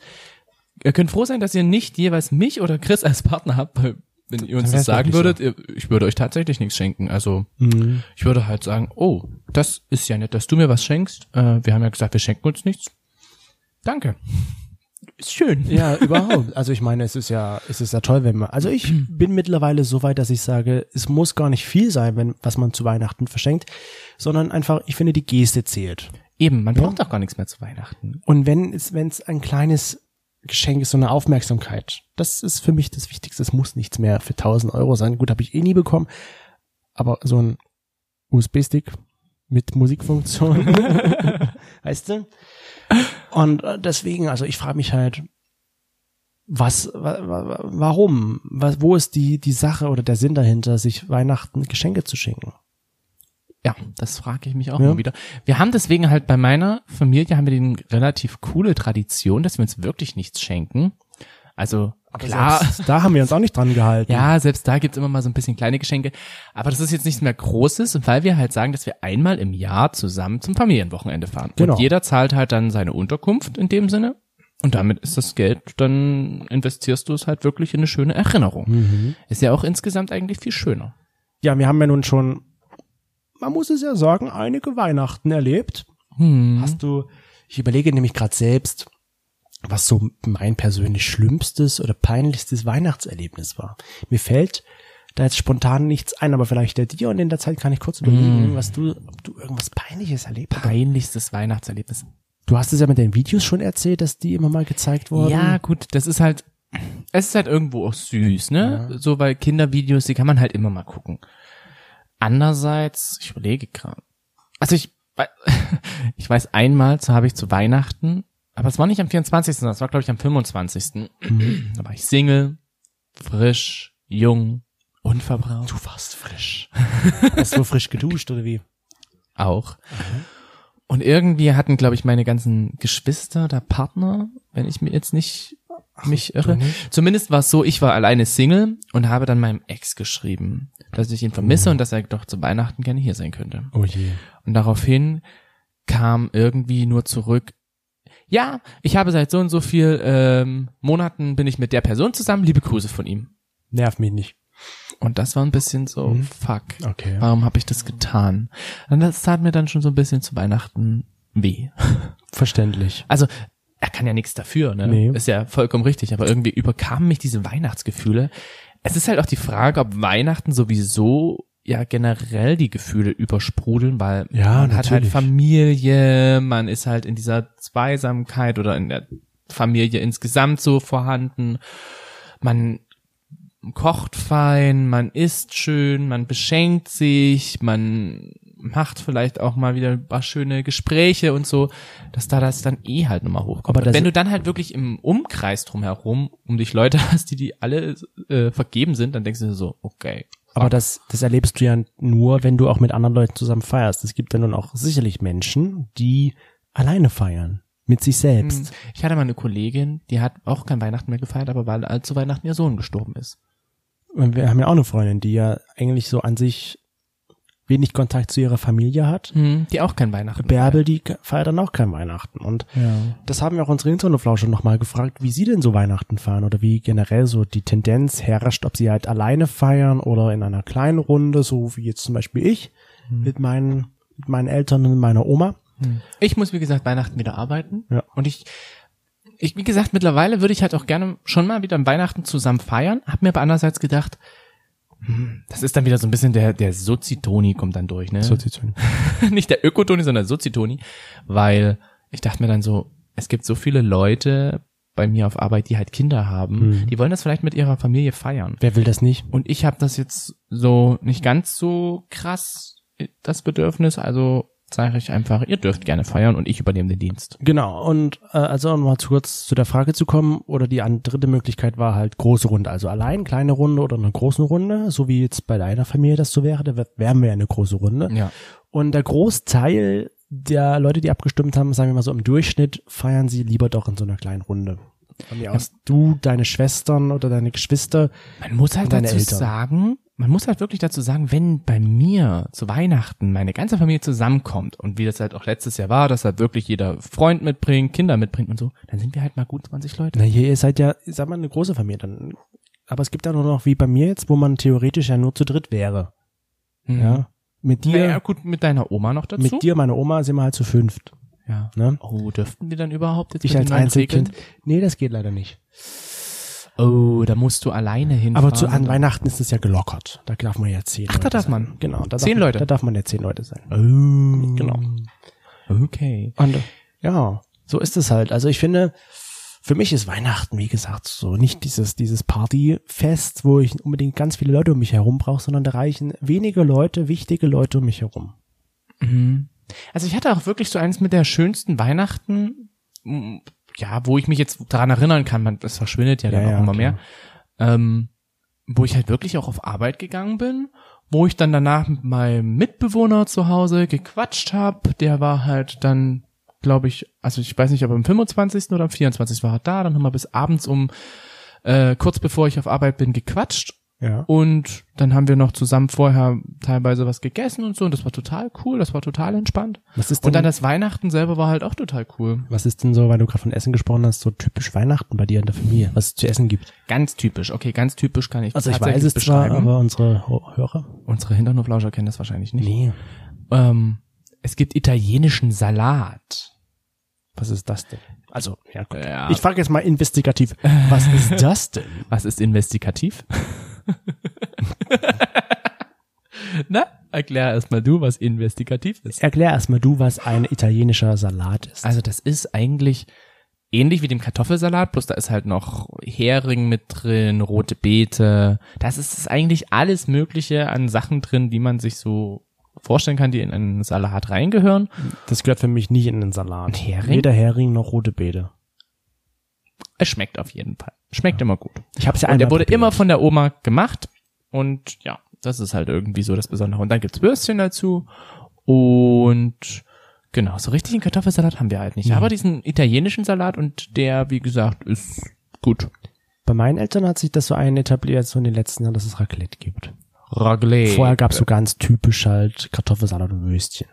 Speaker 4: Ihr könnt froh sein, dass ihr nicht jeweils mich oder Chris als Partner habt, weil wenn ihr uns
Speaker 3: Dann wär's
Speaker 4: das sagen
Speaker 3: wirklich
Speaker 4: würdet, ihr, ich würde euch tatsächlich nichts schenken. Also
Speaker 3: Mhm.
Speaker 4: ich würde halt sagen, oh, das ist ja nett, dass du mir was schenkst. Äh, wir haben ja gesagt, wir schenken uns nichts. Danke. Ist schön.
Speaker 3: Ja, überhaupt. Also ich meine, es ist ja, es ist ja toll, wenn man. Also ich bin mittlerweile so weit, dass ich sage, es muss gar nicht viel sein, wenn was man zu Weihnachten verschenkt, sondern einfach, ich finde, die Geste zählt.
Speaker 4: Eben, man braucht auch gar nichts mehr zu Weihnachten.
Speaker 3: Und wenn es, wenn es ein kleines Geschenk ist, so eine Aufmerksamkeit, das ist für mich das Wichtigste. Es muss nichts mehr für 1000 Euro sein. Gut, habe ich eh nie bekommen. Aber so ein USB-Stick mit Musikfunktion, weißt du? Und äh, deswegen, also ich frage mich halt, was, wa, wa, wa- warum, was, wo ist die, die Sache oder der Sinn dahinter, sich Weihnachten Geschenke zu schenken?
Speaker 4: Ja, das frage ich mich auch
Speaker 3: Ja.
Speaker 4: mal wieder. Wir haben deswegen halt bei meiner Familie haben wir die relativ coole Tradition, dass wir uns wirklich nichts schenken. Also klar,
Speaker 3: Selbst da haben wir uns auch nicht dran gehalten.
Speaker 4: ja, selbst da gibt's immer mal so ein bisschen kleine Geschenke, aber das ist jetzt nichts mehr Großes, und weil wir halt sagen, dass wir einmal im Jahr zusammen zum Familienwochenende fahren.
Speaker 3: Genau.
Speaker 4: Und jeder zahlt halt dann seine Unterkunft in dem Sinne. Und damit ist das Geld, dann investierst du es halt wirklich in eine schöne Erinnerung.
Speaker 3: Mhm.
Speaker 4: Ist ja auch insgesamt eigentlich viel schöner.
Speaker 3: Ja, wir haben ja nun schon, man muss es ja sagen, einige Weihnachten erlebt. Hast du, ich überlege nämlich gerade selbst, was so mein persönlich schlimmstes oder peinlichstes Weihnachtserlebnis war. Mir fällt da jetzt spontan nichts ein, aber vielleicht der dir und in der Zeit kann ich kurz überlegen, was du, ob du irgendwas Peinliches erlebt hast.
Speaker 4: Peinlichstes Weihnachtserlebnis.
Speaker 3: Du hast es ja mit den Videos schon erzählt, dass die immer mal gezeigt wurden.
Speaker 4: Ja, gut, das ist halt, es ist halt irgendwo auch süß, ne? So, weil Kindervideos, die kann man halt immer mal gucken. Andererseits, ich überlege gerade. Also ich, wei- ich weiß, einmal zu- habe ich zu Weihnachten, aber es war nicht am 24., sondern es war, glaube ich, am 25. Da war ich Single, frisch, jung, unverbraucht. Du warst frisch.
Speaker 3: Hast du frisch geduscht oder wie?
Speaker 4: Auch. Und irgendwie hatten, glaube ich, meine ganzen Geschwister oder Partner, wenn ich mir jetzt nicht mich irre. Zumindest war es so, ich war alleine Single und habe dann meinem Ex geschrieben, dass ich ihn vermisse und dass er doch zu Weihnachten gerne hier sein könnte.
Speaker 3: Oh je.
Speaker 4: Und daraufhin kam irgendwie nur zurück, ja, ich habe seit so und so viel ähm, Monaten bin ich mit der Person zusammen, liebe Grüße von ihm.
Speaker 3: Nerv mich nicht.
Speaker 4: Und das war ein bisschen so, fuck,
Speaker 3: Okay.
Speaker 4: warum habe ich das getan? Und das tat mir dann schon so ein bisschen zu Weihnachten weh.
Speaker 3: Verständlich.
Speaker 4: Also er kann ja nichts dafür, ne?
Speaker 3: Nee.
Speaker 4: Ist ja vollkommen richtig, aber irgendwie überkamen mich diese Weihnachtsgefühle. Es ist halt auch die Frage, ob Weihnachten sowieso ja generell die Gefühle übersprudeln, weil
Speaker 3: Ja,
Speaker 4: man hat halt
Speaker 3: natürlich.
Speaker 4: Familie, man ist halt in dieser Zweisamkeit oder in der Familie insgesamt so vorhanden. Man kocht fein, man isst schön, man beschenkt sich, man macht vielleicht auch mal wieder ein paar schöne Gespräche und so, dass da das dann eh halt nochmal hochkommt.
Speaker 3: Aber
Speaker 4: Aber
Speaker 3: das-
Speaker 4: wenn du dann halt wirklich im Umkreis drumherum um dich Leute hast, die die alle äh, vergeben sind, dann denkst du dir so, okay.
Speaker 3: Aber das, das erlebst du ja nur, wenn du auch mit anderen Leuten zusammen feierst. Es gibt ja nun auch sicherlich Menschen, die alleine feiern. Mit sich selbst.
Speaker 4: Ich hatte mal eine Kollegin, die hat auch kein Weihnachten mehr gefeiert, aber weil äh, zu Weihnachten ihr Sohn gestorben ist.
Speaker 3: Und wir haben ja auch eine Freundin, die ja eigentlich so an sich wenig Kontakt zu ihrer Familie hat.
Speaker 4: Die auch kein Weihnachten
Speaker 3: Bärbel, die ke- feiert dann auch kein Weihnachten. Und
Speaker 4: Ja.
Speaker 3: das haben wir auch unsere Hinterhoflausche nochmal gefragt, wie sie denn so Weihnachten feiern oder wie generell so die Tendenz herrscht, ob sie halt alleine feiern oder in einer kleinen Runde, so wie jetzt zum Beispiel ich mit meinen, mit meinen Eltern und meiner Oma.
Speaker 4: Ich muss, wie gesagt, Weihnachten wieder arbeiten.
Speaker 3: Ja.
Speaker 4: Und ich, ich, wie gesagt, mittlerweile würde ich halt auch gerne schon mal wieder am Weihnachten zusammen feiern. Hab mir aber andererseits gedacht, hm, das ist dann wieder so ein bisschen der, der Sozi-Toni kommt dann durch, ne? Nicht der Ökotoni, sondern der Sozi-Toni. Weil ich dachte mir dann so, es gibt so viele Leute bei mir auf Arbeit, die halt Kinder haben. Die wollen das vielleicht mit ihrer Familie feiern.
Speaker 3: Wer will das nicht?
Speaker 4: Und ich habe das jetzt so nicht ganz so krass, äh, das Bedürfnis. Also sage ich einfach, ihr dürft gerne feiern und ich übernehme den Dienst.
Speaker 3: Genau, und äh, also um mal zu kurz zu der Frage zu kommen, oder die an, dritte Möglichkeit war halt große Runde, also allein kleine Runde oder eine große Runde, so wie jetzt bei deiner Familie das so wäre, da wär- wären wir ja eine große Runde.
Speaker 4: Ja.
Speaker 3: Und der Großteil der Leute, die abgestimmt haben, sagen wir mal so im Durchschnitt, feiern sie lieber doch in so einer kleinen Runde. Von mir aus, du, deine Schwestern oder deine Geschwister,
Speaker 4: Man muss halt
Speaker 3: Und deine
Speaker 4: dazu
Speaker 3: Eltern.
Speaker 4: sagen, man muss halt wirklich dazu sagen, wenn bei mir zu Weihnachten meine ganze Familie zusammenkommt und wie das halt auch letztes Jahr war, dass halt wirklich jeder Freund mitbringt, Kinder mitbringt und so, dann sind wir halt mal gut 20 Leute.
Speaker 3: na hier, ihr seid ja, sag mal, eine große Familie dann. Aber es gibt ja nur noch, wie bei mir jetzt, wo man theoretisch ja nur zu dritt wäre.
Speaker 4: Mhm.
Speaker 3: Ja. Mit dir,
Speaker 4: Naja, gut, mit deiner Oma noch dazu.
Speaker 3: mit dir, meiner Oma sind wir halt zu fünft.
Speaker 4: Ja.
Speaker 3: Ne?
Speaker 4: Oh, dürften wir dann überhaupt jetzt
Speaker 3: Ich
Speaker 4: mit
Speaker 3: als
Speaker 4: den neuen
Speaker 3: Einzelkind.
Speaker 4: Regeln?
Speaker 3: Nee, das geht leider nicht.
Speaker 4: Oh, da musst du alleine hin.
Speaker 3: Aber zu an Weihnachten ist es ja gelockert. Da darf man ja zehn.
Speaker 4: Ach, da
Speaker 3: Leute
Speaker 4: darf
Speaker 3: sein.
Speaker 4: man.
Speaker 3: Genau, da
Speaker 4: Zehn
Speaker 3: darf,
Speaker 4: Leute.
Speaker 3: Da darf man ja zehn Leute sein.
Speaker 4: Oh.
Speaker 3: Genau.
Speaker 4: Okay.
Speaker 3: Und äh, ja, so ist es halt. Also ich finde, für mich ist Weihnachten, wie gesagt, so nicht dieses, dieses Partyfest, wo ich unbedingt ganz viele Leute um mich herum brauche, sondern da reichen wenige Leute, wichtige Leute um mich herum.
Speaker 4: Also ich hatte auch wirklich so eins mit der schönsten Weihnachten, m, ja, wo ich mich jetzt daran erinnern kann, man, das verschwindet ja dann
Speaker 3: Ja,
Speaker 4: auch
Speaker 3: ja,
Speaker 4: immer
Speaker 3: klar.
Speaker 4: mehr, ähm, wo ich halt wirklich auch auf Arbeit gegangen bin, wo ich dann danach mit meinem Mitbewohner zu Hause gequatscht habe, der war halt dann, glaube ich, also ich weiß nicht, ob am 25. oder am 24. war er da, dann haben wir bis abends um, äh, kurz bevor ich auf Arbeit bin, gequatscht
Speaker 3: Ja.
Speaker 4: und dann haben wir noch zusammen vorher teilweise was gegessen und so. Und das war total cool, das war total entspannt.
Speaker 3: Was ist denn,
Speaker 4: Und dann das Weihnachten selber war halt auch total cool.
Speaker 3: was ist denn so, weil du gerade von Essen gesprochen hast, so typisch Weihnachten bei dir in der Familie, was es zu essen gibt?
Speaker 4: Ganz typisch. Okay, ganz typisch kann ich
Speaker 3: Also ich
Speaker 4: tatsächlich
Speaker 3: weiß es zwar,
Speaker 4: beschreiben.
Speaker 3: aber unsere Ho- Hörer?
Speaker 4: Unsere Hinternhoflauscher kennen das wahrscheinlich nicht.
Speaker 3: Nee.
Speaker 4: Ähm, es gibt italienischen Salat.
Speaker 3: Was ist das denn? Also, ja, gut.
Speaker 4: Ja.
Speaker 3: Ich frage jetzt mal investigativ, was ist das denn?
Speaker 4: Was ist investigativ? Na, erklär erst mal du, was investigativ ist.
Speaker 3: Erklär erstmal du, was ein italienischer Salat ist.
Speaker 4: Also das ist eigentlich ähnlich wie dem Kartoffelsalat, bloß da ist halt noch Hering mit drin, rote Beete. Das ist ist eigentlich alles Mögliche an Sachen drin, die man sich so vorstellen kann, die in einen Salat reingehören.
Speaker 3: Das gehört für mich nicht in den Salat.
Speaker 4: Hering?
Speaker 3: Weder Hering noch rote Beete.
Speaker 4: Es schmeckt auf jeden Fall. Schmeckt immer gut.
Speaker 3: Ich hab's ja
Speaker 4: Und
Speaker 3: einmal
Speaker 4: der wurde
Speaker 3: probiert.
Speaker 4: immer von der Oma gemacht. Und ja, das ist halt irgendwie so das Besondere. Und dann gibt's Würstchen dazu. Und genau, so richtigen Kartoffelsalat haben wir halt nicht. Aber diesen italienischen Salat und der, wie gesagt, ist gut.
Speaker 3: Bei meinen Eltern hat sich das so ein etabliert, so in den letzten Jahren, dass es Raclette gibt.
Speaker 4: Raclette.
Speaker 3: Vorher gab's so ganz typisch halt Kartoffelsalat und Würstchen.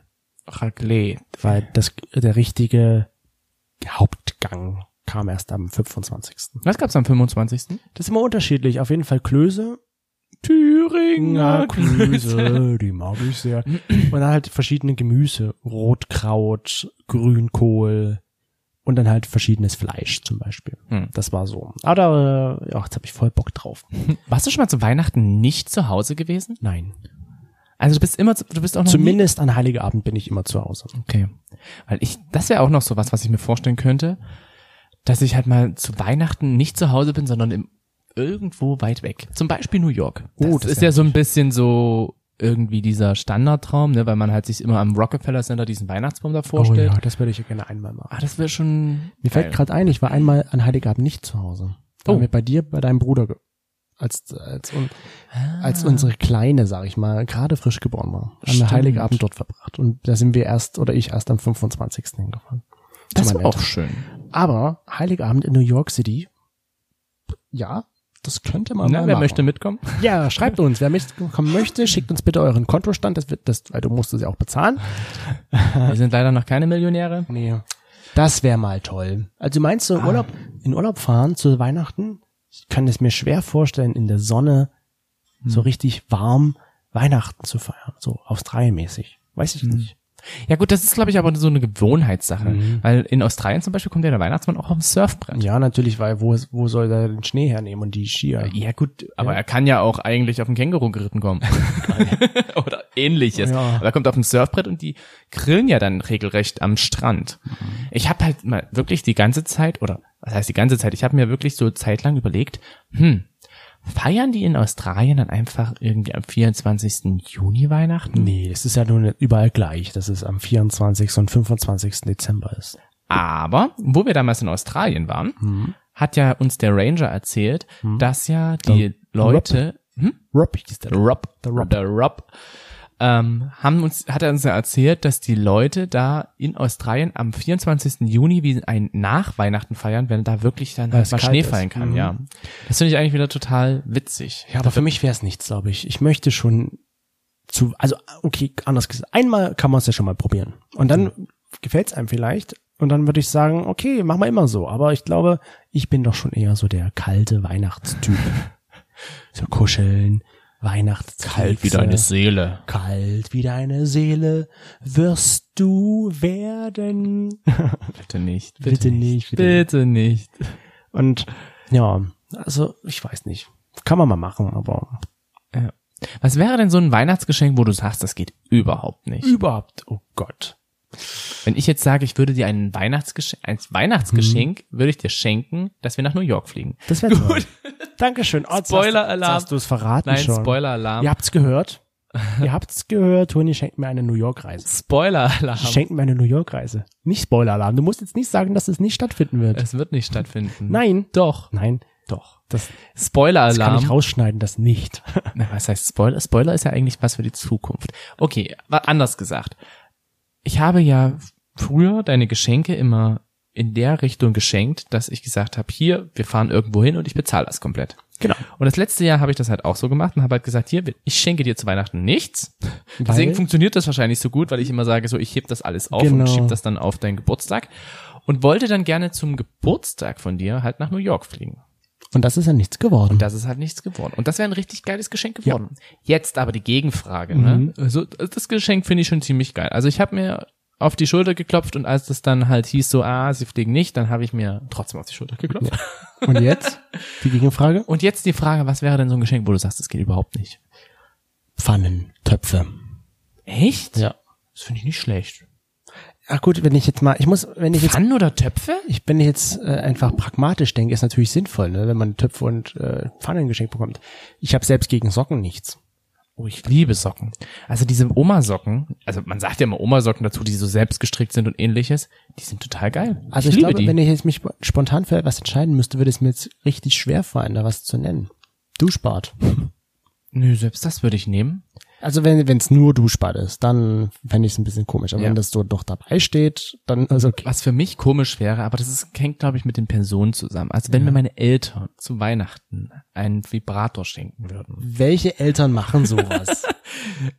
Speaker 4: Raclette.
Speaker 3: Weil das, der richtige Hauptgang kam erst am 25.
Speaker 4: Was gab's am 25.?
Speaker 3: Das ist immer unterschiedlich. Auf jeden Fall Klöße.
Speaker 4: Thüringer
Speaker 3: Klöße, die mag ich sehr. Und dann halt verschiedene Gemüse. Rotkraut, Grünkohl und dann halt verschiedenes Fleisch zum Beispiel.
Speaker 4: Hm.
Speaker 3: Das war so. Aber da, äh, ja, jetzt habe ich voll Bock drauf.
Speaker 4: Warst du schon mal zu Weihnachten nicht zu Hause gewesen?
Speaker 3: Nein.
Speaker 4: Also du bist immer, zu- du bist auch noch nie
Speaker 3: Zumindest an Heiligabend bin ich immer zu Hause.
Speaker 4: Okay. Weil ich, das wäre auch noch so was, was ich mir vorstellen könnte, dass ich halt mal zu Weihnachten nicht zu Hause bin, sondern im, irgendwo weit weg. Zum Beispiel New York.
Speaker 3: Oh,
Speaker 4: das
Speaker 3: das
Speaker 4: ist
Speaker 3: wär
Speaker 4: ja so ein bisschen so irgendwie dieser Standardtraum, ne, weil man halt sich immer am Rockefeller Center diesen Weihnachtsbaum da vorstellt.
Speaker 3: Oh ja, das werde ich ja gerne einmal machen.
Speaker 4: Ah, das wäre schon.
Speaker 3: Mir
Speaker 4: geil.
Speaker 3: fällt gerade ein, ich war einmal an Heiligabend nicht zu Hause. Waren
Speaker 4: Oh.
Speaker 3: wir bei dir, bei deinem Bruder, ge- als, als, un, als unsere Kleine, sag ich mal, gerade frisch geboren war, haben wir
Speaker 4: Stimmt.
Speaker 3: Heiligabend dort verbracht. Und da sind wir erst, oder ich erst am 25. hingefahren. Zu
Speaker 4: das
Speaker 3: meinen
Speaker 4: war auch
Speaker 3: Eltern.
Speaker 4: schön.
Speaker 3: Aber Heiligabend in New York City, ja, das könnte man
Speaker 4: Na,
Speaker 3: mal
Speaker 4: wer
Speaker 3: machen.
Speaker 4: möchte mitkommen?
Speaker 3: Ja, schreibt uns. Wer mitkommen möchte, schickt uns bitte euren Kontostand. Das wird, das, weil du musst es ja auch bezahlen.
Speaker 4: Wir sind leider noch keine Millionäre.
Speaker 3: Nee. Das wäre mal toll. Also meinst du, in Urlaub, in Urlaub fahren zu Weihnachten? Ich kann es mir schwer vorstellen, in der Sonne so richtig warm Weihnachten zu feiern. So Australien-mäßig. Weiß ich nicht.
Speaker 4: Ja gut, das ist glaube ich aber so eine Gewohnheitssache, weil in Australien zum Beispiel kommt ja der Weihnachtsmann auch auf dem Surfbrett.
Speaker 3: Ja, natürlich, weil wo, ist- wo soll er den Schnee hernehmen und die Skier?
Speaker 4: Ja gut, aber er kann ja auch eigentlich auf dem Känguru geritten kommen. Oder ähnliches.
Speaker 3: Ja.
Speaker 4: Aber er kommt auf dem Surfbrett und die grillen ja dann regelrecht am Strand. Ich habe halt mal wirklich die ganze Zeit, oder was heißt die ganze Zeit, ich habe mir wirklich so zeitlang überlegt, hm, feiern die in Australien dann einfach irgendwie am 24. Juni Weihnachten?
Speaker 3: Nee, das ist ja nun überall gleich, dass es am 24. und 25. Dezember ist.
Speaker 4: Aber, wo wir damals in Australien waren,
Speaker 3: Mhm.
Speaker 4: hat ja uns der Ranger erzählt, dass ja die Leute... Hm?
Speaker 3: Rob hieß der.
Speaker 4: Rob,
Speaker 3: Der Rob.
Speaker 4: der Rob ähm, haben uns, hat er uns ja erzählt, dass die Leute da in Australien am 24. Juni wie ein Nachweihnachten feiern, wenn da wirklich dann halt
Speaker 3: es
Speaker 4: mal
Speaker 3: kalt
Speaker 4: Schnee
Speaker 3: ist.
Speaker 4: fallen kann,
Speaker 3: Mhm.
Speaker 4: ja. Das finde ich eigentlich wieder total witzig.
Speaker 3: Ja, aber für mich wäre es nichts, glaube ich. Ich möchte schon zu, also okay, anders gesagt, einmal kann man es ja schon mal probieren. Und dann gefällt es einem vielleicht. Und dann würde ich sagen, okay, machen wir immer so. Aber ich glaube, ich bin doch schon eher so der kalte Weihnachtstyp. so kuscheln, Weihnachtskekse.
Speaker 4: Seele.
Speaker 3: Kalt wie deine Seele wirst du werden.
Speaker 4: Bitte nicht.
Speaker 3: Bitte nicht, bitte
Speaker 4: Bitte nicht.
Speaker 3: Und ja, also ich weiß nicht. Kann man mal machen, aber
Speaker 4: Ja. Was wäre denn so ein Weihnachtsgeschenk, wo du sagst, das geht überhaupt nicht?
Speaker 3: überhaupt, oh Gott.
Speaker 4: Wenn ich jetzt sage, ich würde dir ein Weihnachtsgeschenk, ein Weihnachtsgeschenk würde ich dir schenken, dass wir nach New York fliegen.
Speaker 3: Das wäre gut. Dankeschön. Oh, jetzt
Speaker 4: Spoiler-Alarm.
Speaker 3: hast du- jetzt Hast du es verraten
Speaker 4: Nein,
Speaker 3: schon?
Speaker 4: Spoiler-Alarm.
Speaker 3: Ihr habt's gehört. Ihr habt's gehört. Toni schenkt mir eine New York Reise.
Speaker 4: Spoiler-Alarm.
Speaker 3: Schenkt mir eine New York Reise. Nicht Spoiler-Alarm. Du musst jetzt nicht sagen, dass es nicht stattfinden wird.
Speaker 4: Es wird nicht stattfinden.
Speaker 3: Nein.
Speaker 4: Doch.
Speaker 3: Nein.
Speaker 4: Doch.
Speaker 3: Das, das kann ich
Speaker 4: Spoiler-Alarm.
Speaker 3: rausschneiden, das nicht.
Speaker 4: Na, Was heißt Spoiler? Spoiler ist ja eigentlich was für die Zukunft. Okay, wa- anders gesagt. Ich habe ja früher deine Geschenke immer in der Richtung geschenkt, dass ich gesagt habe, hier, wir fahren irgendwo hin und ich bezahle das komplett.
Speaker 3: Genau.
Speaker 4: Und das letzte Jahr habe ich das halt auch so gemacht und habe halt gesagt, hier, ich schenke dir zu Weihnachten nichts. Deswegen funktioniert das wahrscheinlich so gut, weil ich immer sage, so, ich heb das alles auf
Speaker 3: Genau.
Speaker 4: und schieb das dann auf deinen Geburtstag. Und wollte dann gerne zum Geburtstag von dir halt nach New York fliegen.
Speaker 3: Und das ist ja nichts geworden.
Speaker 4: Das ist halt nichts geworden. Und das wäre ein richtig geiles Geschenk geworden. Jetzt aber die Gegenfrage. Ne? Also, das Geschenk finde ich schon ziemlich geil. Also ich habe mir auf die Schulter geklopft und als das dann halt hieß so, ah, sie fliegen nicht, dann habe ich mir trotzdem auf die Schulter geklopft.
Speaker 3: Und jetzt? Die Gegenfrage?
Speaker 4: Und jetzt die Frage, was wäre denn so ein Geschenk, wo du sagst, das geht überhaupt nicht?
Speaker 1: Pfannen, Töpfe.
Speaker 4: Echt?
Speaker 1: Ja.
Speaker 4: Das finde ich nicht schlecht.
Speaker 3: Ach gut, wenn ich jetzt mal, ich muss, wenn ich jetzt,
Speaker 4: Pfannen oder Töpfe?
Speaker 3: ich, wenn ich jetzt äh, einfach pragmatisch denke, ist natürlich sinnvoll, ne, wenn man Töpfe und äh, Pfannen geschenkt bekommt. Ich habe selbst gegen Socken nichts.
Speaker 4: Oh, ich liebe Socken. Also diese Oma-Socken, also man sagt ja immer Oma-Socken dazu, die so selbst gestrickt sind und ähnliches, die sind total geil.
Speaker 3: Also ich, glaube, wenn ich jetzt mich spontan für etwas entscheiden müsste, würde es mir jetzt richtig schwer fallen, da was zu nennen. Duschbad.
Speaker 4: Nö, selbst das würde ich nehmen.
Speaker 3: Also wenn es nur Duschbad ist, dann fände ich es ein bisschen komisch. Aber
Speaker 4: Ja.
Speaker 3: wenn das so doch dabei steht, dann ist okay.
Speaker 4: Was für mich komisch wäre, aber das ist, hängt, glaube ich, mit den Personen zusammen. Also wenn mir meine Eltern zu Weihnachten einen Vibrator schenken würden.
Speaker 3: Welche Eltern machen sowas?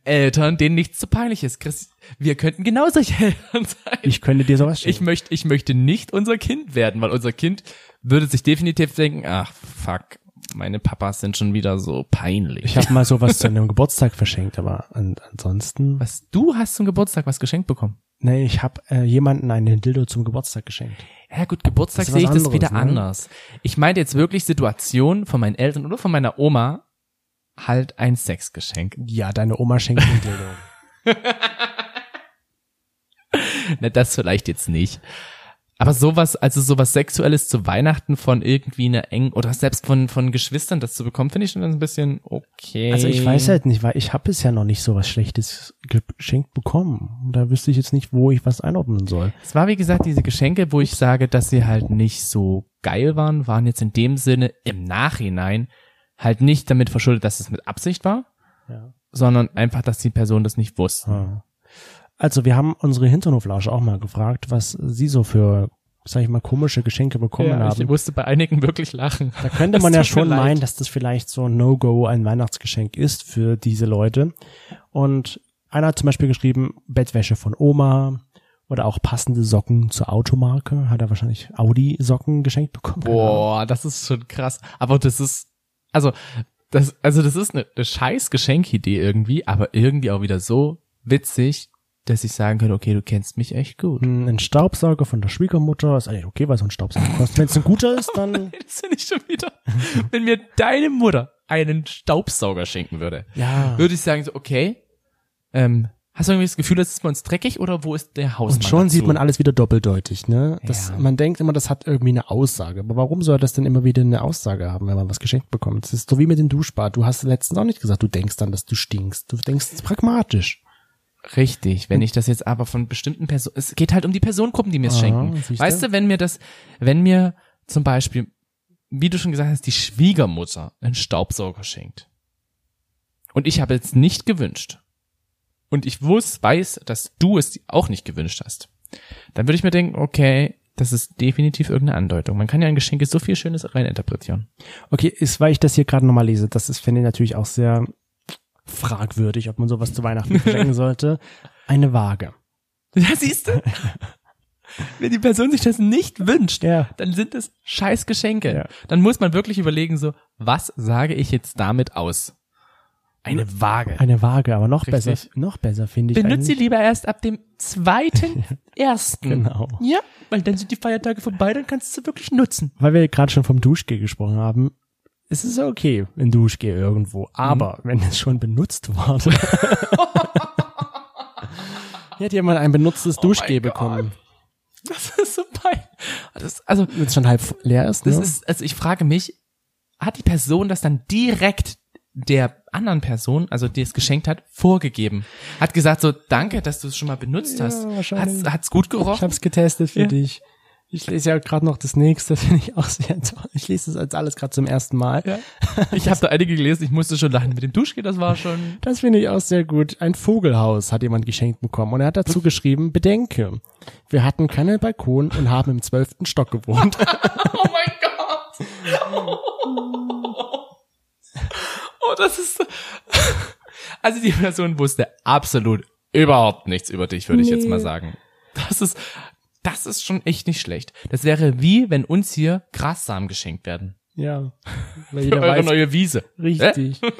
Speaker 4: Eltern, denen nichts zu peinlich ist. Chris, wir könnten genau solche Eltern sein.
Speaker 3: ich könnte dir sowas
Speaker 4: Ich
Speaker 3: schenken.
Speaker 4: möchte, ich möchte nicht unser Kind werden, weil unser Kind würde sich definitiv denken, ach fuck, meine Papas sind schon wieder so peinlich.
Speaker 3: Ich, hab habe mal sowas zu einem Geburtstag verschenkt, aber an, ansonsten.
Speaker 4: was du hast zum Geburtstag was geschenkt bekommen.
Speaker 3: Nee, ich habe äh, jemanden einen Dildo zum Geburtstag geschenkt.
Speaker 4: Ja gut, Geburtstag
Speaker 3: Das ist
Speaker 4: sehe ich
Speaker 3: was
Speaker 4: das
Speaker 3: anderes,
Speaker 4: wieder
Speaker 3: ne?
Speaker 4: anders. Ich meinte jetzt wirklich Situation von meinen Eltern oder von meiner Oma halt ein Sexgeschenk.
Speaker 3: Ja, deine Oma schenkt ein Dildo.
Speaker 4: Na, das vielleicht jetzt nicht. Aber sowas, also sowas Sexuelles zu Weihnachten von irgendwie einer engen oder selbst von von Geschwistern das zu bekommen, finde ich schon ein bisschen okay.
Speaker 3: Also ich weiß halt nicht, weil ich habe bisher noch nicht sowas Schlechtes geschenkt bekommen. Da wüsste ich jetzt nicht, wo ich was einordnen soll.
Speaker 4: Es war wie gesagt diese Geschenke, wo ich sage, dass sie halt nicht so geil waren, waren jetzt in dem Sinne im Nachhinein halt nicht damit verschuldet, dass es mit Absicht war,
Speaker 3: Ja.
Speaker 4: sondern einfach, dass die Personen das nicht wussten.
Speaker 3: Ah. Also wir haben unsere Hinternhoflausche auch mal gefragt, was sie so für, sag ich mal, komische Geschenke bekommen haben.
Speaker 4: musste bei einigen wirklich lachen.
Speaker 3: Da könnte
Speaker 4: Das
Speaker 3: man ja
Speaker 4: tut mir
Speaker 3: schon
Speaker 4: leid.
Speaker 3: meinen, dass das vielleicht so ein No-Go ein Weihnachtsgeschenk ist für diese Leute. Und einer hat zum Beispiel geschrieben, Bettwäsche von Oma oder auch passende Socken zur Automarke. Hat er wahrscheinlich Audi-Socken geschenkt bekommen. Keine Ahnung.
Speaker 4: Boah, das ist schon krass. Aber das ist, also, das, also das ist eine, eine scheiß Geschenkidee irgendwie, aber irgendwie auch wieder so witzig, dass ich sagen könnte, okay, du kennst mich echt gut.
Speaker 3: Ein Staubsauger von der Schwiegermutter ist eigentlich okay, weil so ein Staubsauger kostet. Wenn es ein guter ist, dann
Speaker 4: Das finde ich schon wieder, wenn mir deine Mutter einen Staubsauger schenken würde.
Speaker 3: ja.
Speaker 4: würde ich sagen, so, okay, ähm, hast du irgendwie das Gefühl, das ist bei uns dreckig oder wo ist der Hausmann?
Speaker 3: Und schon
Speaker 4: dazu?
Speaker 3: sieht man alles wieder doppeldeutig, ne? Das,
Speaker 4: Ja.
Speaker 3: Man denkt immer, das hat irgendwie eine Aussage. Aber warum soll das denn immer wieder eine Aussage haben, wenn man was geschenkt bekommt? Das ist so wie mit dem Duschbad. Du hast letztens auch nicht gesagt, du denkst dann, dass du stinkst. Du denkst es pragmatisch.
Speaker 4: Richtig, wenn ich das jetzt aber von bestimmten Personen, es geht halt um die Personengruppen, die mir es
Speaker 3: Ah,
Speaker 4: schenken.
Speaker 3: siehste.
Speaker 4: Weißt du, wenn mir das, wenn mir zum Beispiel, wie du schon gesagt hast, die Schwiegermutter einen Staubsauger schenkt und ich habe jetzt nicht gewünscht und ich wusste, weiß, dass du es auch nicht gewünscht hast, dann würde ich mir denken, okay, das ist definitiv irgendeine Andeutung. Man kann ja in Geschenke so viel Schönes reininterpretieren.
Speaker 3: Okay, ist, weil ich das hier gerade nochmal lese, das ist, finde ich natürlich auch sehr fragwürdig, ob man sowas zu Weihnachten schenken sollte. Eine Waage.
Speaker 4: Ja, siehst du? Wenn die Person sich das nicht wünscht,
Speaker 3: Ja.
Speaker 4: dann sind es scheiß Geschenke.
Speaker 3: Ja.
Speaker 4: Dann muss man wirklich überlegen, so, was sage ich jetzt damit aus? Eine Waage.
Speaker 3: Eine Waage, aber noch
Speaker 4: Richtig.
Speaker 3: besser, noch besser finde ich.
Speaker 4: Benutze sie
Speaker 3: eigentlich.
Speaker 4: lieber erst ab dem zweiten ersten.
Speaker 3: Genau.
Speaker 4: Ja, weil dann sind die Feiertage vorbei, dann kannst du sie wirklich nutzen.
Speaker 3: weil wir gerade schon vom Duschgel gesprochen haben, es ist okay, ein Duschgel irgendwo, aber
Speaker 4: Mhm.
Speaker 3: wenn es schon benutzt wurde. Hier hat jemand ein
Speaker 4: Oh
Speaker 3: benutztes Duschgel bekommen.
Speaker 4: Das ist so peinlich. Das, also,
Speaker 3: Wenn es schon halb leer ist,
Speaker 4: das
Speaker 3: ne?
Speaker 4: ist, also ich frage mich, hat die Person das dann direkt der anderen Person, also die es geschenkt hat, vorgegeben? Hat gesagt so, danke, dass du es schon mal benutzt
Speaker 3: Ja,
Speaker 4: hast.
Speaker 3: wahrscheinlich.
Speaker 4: Hat's, hat's gut
Speaker 3: ich
Speaker 4: gerochen?
Speaker 3: hab's getestet für
Speaker 4: Ja.
Speaker 3: dich. Ich lese ja gerade noch das nächste, das finde ich auch sehr toll. Ich lese das als alles gerade zum ersten Mal.
Speaker 4: Ja. Ich habe da einige gelesen, ich musste schon lachen. Mit dem Duschgel, das war schon.
Speaker 3: Das finde ich auch sehr gut. Ein Vogelhaus hat jemand geschenkt bekommen und er hat dazu geschrieben, bedenke, wir hatten keinen Balkon und haben im zwölften Stock gewohnt.
Speaker 4: Oh mein Gott! Oh, das ist. so- Also die Person wusste absolut überhaupt nichts über dich, würde ich jetzt mal sagen. Das ist, das ist schon echt nicht schlecht. Das wäre wie, wenn uns hier Grassamen geschenkt werden.
Speaker 3: ja. Weil
Speaker 4: Für
Speaker 3: jeder
Speaker 4: eure
Speaker 3: weiß,
Speaker 4: neue Wiese.
Speaker 3: Richtig.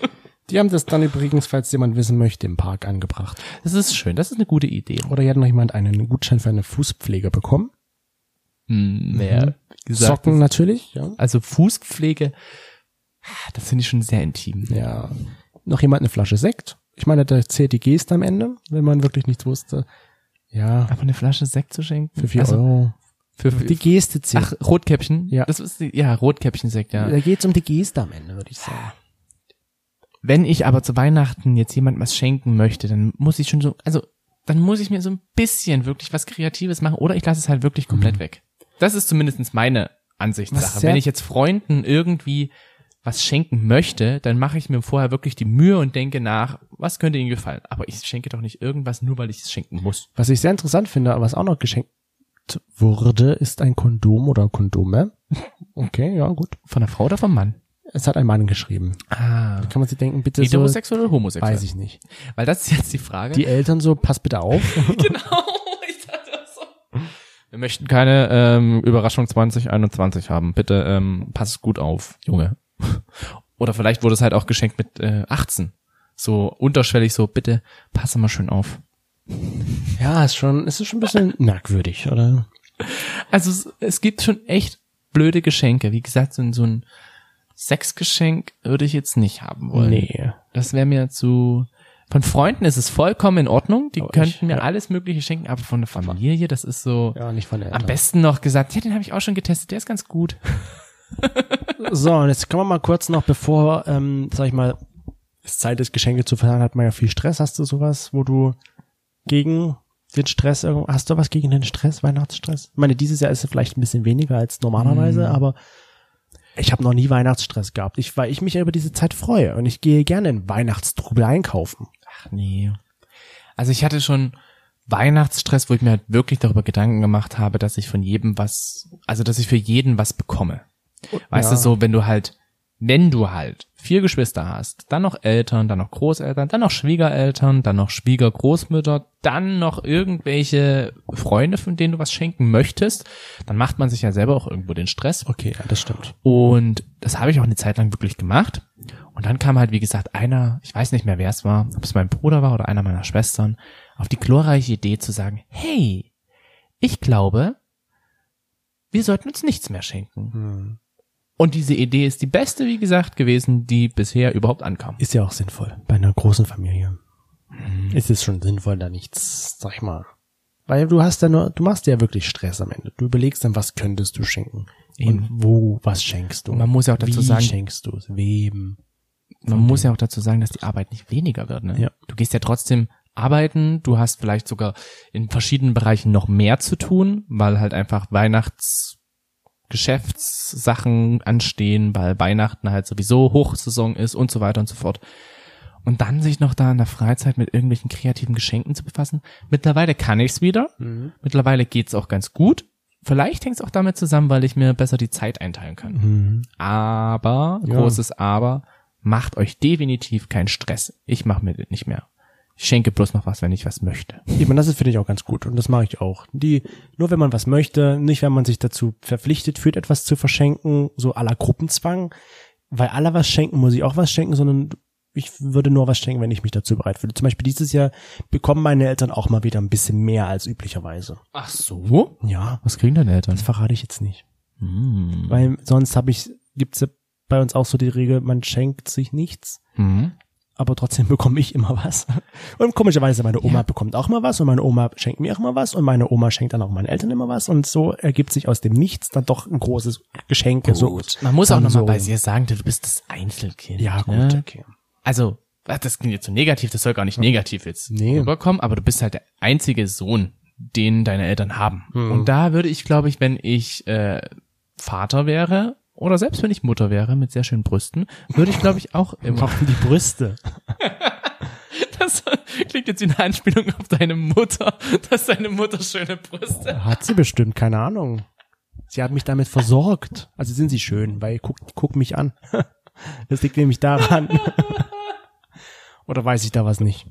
Speaker 3: Die haben das dann übrigens, falls jemand wissen möchte, im Park angebracht.
Speaker 4: Das ist schön, das ist eine gute Idee.
Speaker 3: Oder hier hat noch jemand einen Gutschein für eine Fußpflege bekommen.
Speaker 4: Hm, ja, wie gesagt,
Speaker 3: Socken natürlich, ja.
Speaker 4: Also Fußpflege, das finde ich schon sehr intim.
Speaker 3: Ja. Noch jemand eine Flasche Sekt. Ich meine, da zählt die Geste am Ende, wenn man wirklich nichts wusste. Ja,
Speaker 4: Aber eine Flasche Sekt zu schenken?
Speaker 3: für vier
Speaker 4: Also,
Speaker 3: Euro.
Speaker 4: Für, für,
Speaker 3: Die Geste zählt.
Speaker 4: ach, Rotkäppchen?
Speaker 3: Ja.
Speaker 4: Das ist, die- ja, Rotkäppchen-Sekt, ja.
Speaker 3: Da geht's um die Geste am Ende, würde ich sagen.
Speaker 4: Wenn ich aber zu Weihnachten jetzt jemandem was schenken möchte, dann muss ich schon so, also dann muss ich mir so ein bisschen wirklich was Kreatives machen oder ich lasse es halt wirklich komplett weg. Das ist zumindestens meine
Speaker 3: Was
Speaker 4: Ansichtssache.
Speaker 3: sehr-
Speaker 4: Wenn ich jetzt Freunden irgendwie was schenken möchte, dann mache ich mir vorher wirklich die Mühe und denke nach, was könnte ihnen gefallen. Aber ich schenke doch nicht irgendwas, nur weil ich es schenken muss.
Speaker 3: Was ich sehr interessant finde, aber was auch noch geschenkt wurde, ist ein Kondom oder Kondome. Okay, ja, gut.
Speaker 4: Von der Frau oder vom Mann?
Speaker 3: Es hat ein Mann geschrieben.
Speaker 4: Ah.
Speaker 3: Da kann man sich denken, bitte so,
Speaker 4: Heterosexuell oder homosexuell?
Speaker 3: weiß ich nicht.
Speaker 4: Weil das ist jetzt Also, die Frage.
Speaker 3: Die Eltern so, pass bitte auf.
Speaker 4: genau. Ich dachte auch so. Wir möchten keine ähm, Überraschung 2021 haben. Bitte ähm, pass gut auf, Junge. Oder vielleicht wurde es halt auch geschenkt mit äh, 18. So unterschwellig so, bitte passe mal schön auf.
Speaker 3: ja, ist schon, ist schon ein bisschen merkwürdig, oder?
Speaker 4: Also es, es gibt schon echt blöde Geschenke. Wie gesagt, so, ein- so ein Sexgeschenk würde ich jetzt nicht haben wollen.
Speaker 3: Nee.
Speaker 4: Das wäre mir zu. Von Freunden ist es vollkommen in Ordnung. Die
Speaker 3: Aber
Speaker 4: könnten
Speaker 3: ich-
Speaker 4: mir
Speaker 3: ja.
Speaker 4: alles Mögliche schenken, aber von der Familie, das ist so.
Speaker 3: Ja, nicht von der
Speaker 4: Am besten noch gesagt, ja, den habe ich auch schon getestet, der ist ganz gut.
Speaker 3: So, und jetzt kann man mal kurz noch, bevor, ähm, sag ich mal, es Zeit ist, Geschenke zu verteilen, hat man ja viel Stress. Hast du sowas, wo du gegen den Stress, irgend- hast du was gegen den Stress, Weihnachtsstress? Ich meine, dieses Jahr ist es vielleicht ein bisschen weniger als normalerweise, aber ich habe noch nie Weihnachtsstress gehabt, ich, weil ich mich ja über diese Zeit freue und ich gehe gerne in Weihnachtstrubel einkaufen.
Speaker 4: Ach nee. Also ich hatte schon Weihnachtsstress, wo ich mir halt wirklich darüber Gedanken gemacht habe, dass ich von jedem was, also dass ich für jeden was bekomme. Weißt
Speaker 3: ja.
Speaker 4: du, so wenn du halt, wenn du halt vier Geschwister hast, dann noch Eltern, dann noch Großeltern, dann noch Schwiegereltern, dann noch Schwiegergroßmütter, dann noch irgendwelche Freunde, von denen du was schenken möchtest, dann macht man sich ja selber auch irgendwo den Stress.
Speaker 3: Okay, ja, das stimmt.
Speaker 4: Und das habe ich auch eine Zeit lang wirklich gemacht. Und dann kam halt, wie gesagt, einer, ich weiß nicht mehr, wer es war, ob es mein Bruder war oder einer meiner Schwestern, auf die glorreiche Idee zu sagen, hey, ich glaube, wir sollten uns nichts mehr schenken. Und diese Idee ist die beste, wie gesagt, gewesen, die bisher überhaupt ankam.
Speaker 3: Ist ja auch sinnvoll. Bei einer großen Familie
Speaker 4: Mhm.
Speaker 3: ist es schon sinnvoll, da nichts, sag ich mal. Weil du hast ja nur, du machst dir ja wirklich Stress am Ende. Du überlegst dann, was könntest du schenken?
Speaker 4: Eben.
Speaker 3: Und wo, was schenkst du?
Speaker 4: Man muss ja auch dazu
Speaker 3: Wie
Speaker 4: sagen-
Speaker 3: schenkst du es? Wem?
Speaker 4: Man muss ja auch dazu sagen, dass die Arbeit nicht weniger wird. Ne?
Speaker 3: Ja.
Speaker 4: Du gehst ja trotzdem arbeiten, du hast vielleicht sogar in verschiedenen Bereichen noch mehr zu tun, weil halt einfach Weihnachts Geschäftssachen anstehen, weil Weihnachten halt sowieso Hochsaison ist und so weiter und so fort. Und dann sich noch da in der Freizeit mit irgendwelchen kreativen Geschenken zu befassen. Mittlerweile kann ich's wieder. Mittlerweile geht's auch ganz gut. Vielleicht hängt's auch damit zusammen, weil ich mir besser die Zeit einteilen kann. Aber,
Speaker 3: Ja.
Speaker 4: großes Aber, macht euch definitiv keinen Stress. Ich mache mir das nicht mehr. Ich schenke bloß noch was, wenn ich was möchte.
Speaker 3: Ich meine, das ist, finde ich auch ganz gut. Und das mache ich auch. Die, nur wenn man was möchte, nicht wenn man sich dazu verpflichtet fühlt, etwas zu verschenken, so aller Gruppenzwang. Weil alle was schenken, muss ich auch was schenken, sondern ich würde nur was schenken, wenn ich mich dazu bereit fühle. Zum Beispiel dieses Jahr bekommen meine Eltern auch mal wieder ein bisschen mehr als üblicherweise.
Speaker 4: Ach so?
Speaker 3: Ja,
Speaker 4: Was kriegen deine Eltern?
Speaker 3: das verrate ich jetzt nicht.
Speaker 4: Hm.
Speaker 3: Weil sonst habe ich, gibt's ja bei uns auch so die Regel, man schenkt sich nichts,
Speaker 4: Hm.
Speaker 3: aber trotzdem bekomme ich immer was. Und komischerweise, meine Oma
Speaker 4: Ja.
Speaker 3: bekommt auch mal was und meine Oma schenkt mir auch mal was und meine Oma schenkt dann auch meinen Eltern immer was und so ergibt sich aus dem Nichts dann doch ein großes Geschenk. Also So,
Speaker 4: Man muss auch
Speaker 3: dann
Speaker 4: nochmal
Speaker 3: so-
Speaker 4: bei dir sagen, du bist das Einzelkind.
Speaker 3: Ja, gut,
Speaker 4: Ne?
Speaker 3: okay.
Speaker 4: Also, ach, das klingt jetzt so negativ, das soll gar nicht negativ jetzt
Speaker 3: Nee.
Speaker 4: rüberkommen, aber du bist halt der einzige Sohn, den deine Eltern haben. Und da würde ich, glaube ich, wenn ich äh, Vater wäre oder selbst wenn ich Mutter wäre mit sehr schönen Brüsten, würde ich, glaube ich, auch immer.
Speaker 3: Warum die Brüste?
Speaker 4: Das klingt jetzt wie eine Anspielung auf deine Mutter, dass deine Mutter schöne Brüste.
Speaker 3: Hat sie bestimmt, keine Ahnung. Sie hat mich damit versorgt. Also sind sie schön, weil guck, guck mich an. Das liegt nämlich daran. Oder weiß ich da was nicht?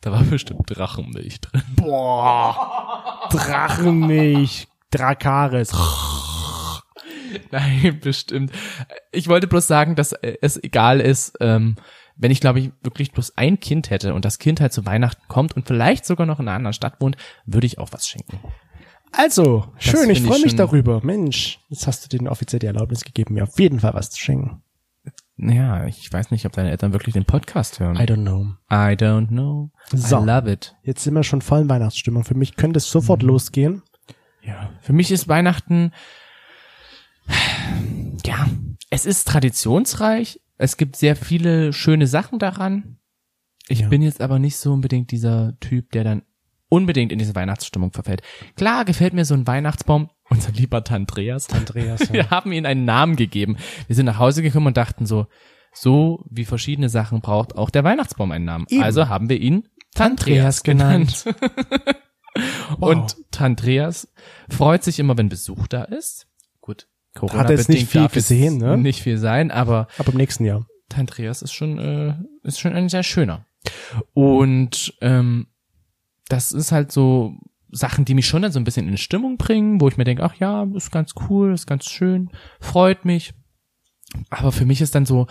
Speaker 4: Da war bestimmt Drachenmilch drin.
Speaker 3: Drachenmilch. Drakaris.
Speaker 4: Nein, bestimmt. Ich wollte bloß sagen, dass äh, es egal ist, ähm, wenn ich, glaube ich, wirklich bloß ein Kind hätte und das Kind halt zu Weihnachten kommt und vielleicht sogar noch in einer anderen Stadt wohnt, würde ich auch was schenken.
Speaker 3: Also, schön, ich
Speaker 4: finde
Speaker 3: freue
Speaker 4: ich
Speaker 3: mich
Speaker 4: schon-
Speaker 3: darüber. Mensch, jetzt hast du denen offiziell die Erlaubnis gegeben, mir auf jeden Fall was zu schenken.
Speaker 4: ja, ich weiß nicht, ob deine Eltern wirklich den Podcast hören.
Speaker 3: I don't know.
Speaker 4: I don't know.
Speaker 3: So.
Speaker 4: I love it.
Speaker 3: Jetzt sind wir schon voll in Weihnachtsstimmung. Für mich könnte es sofort losgehen.
Speaker 4: Ja. Für mich ist Weihnachten, ja, es ist traditionsreich. Es gibt sehr viele schöne Sachen daran. Ich
Speaker 3: Ja.
Speaker 4: bin jetzt aber nicht so unbedingt dieser Typ, der dann unbedingt in diese Weihnachtsstimmung verfällt. Klar gefällt mir so ein Weihnachtsbaum, unser lieber Tantreas.
Speaker 3: Andreas.
Speaker 4: Wir haben ihm einen Namen gegeben. Wir sind nach Hause gekommen und dachten so, so wie verschiedene Sachen braucht auch der Weihnachtsbaum einen Namen.
Speaker 3: Eben.
Speaker 4: Also haben wir ihn Tantreas
Speaker 3: Andreas
Speaker 4: genannt.
Speaker 3: genannt.
Speaker 4: Und Tantreas freut sich immer, wenn Besuch da ist. Gut, Corona
Speaker 3: Hat er jetzt nicht viel gesehen, ne?
Speaker 4: Nicht viel sein, aber
Speaker 3: Ab im nächsten Jahr.
Speaker 4: Tantreas ist schon äh, ist schon ein sehr schöner. Und ähm, das ist halt so Sachen, die mich schon dann so ein bisschen in Stimmung bringen, wo ich mir denke, ach ja, ist ganz cool, ist ganz schön, freut mich. Aber für mich ist dann so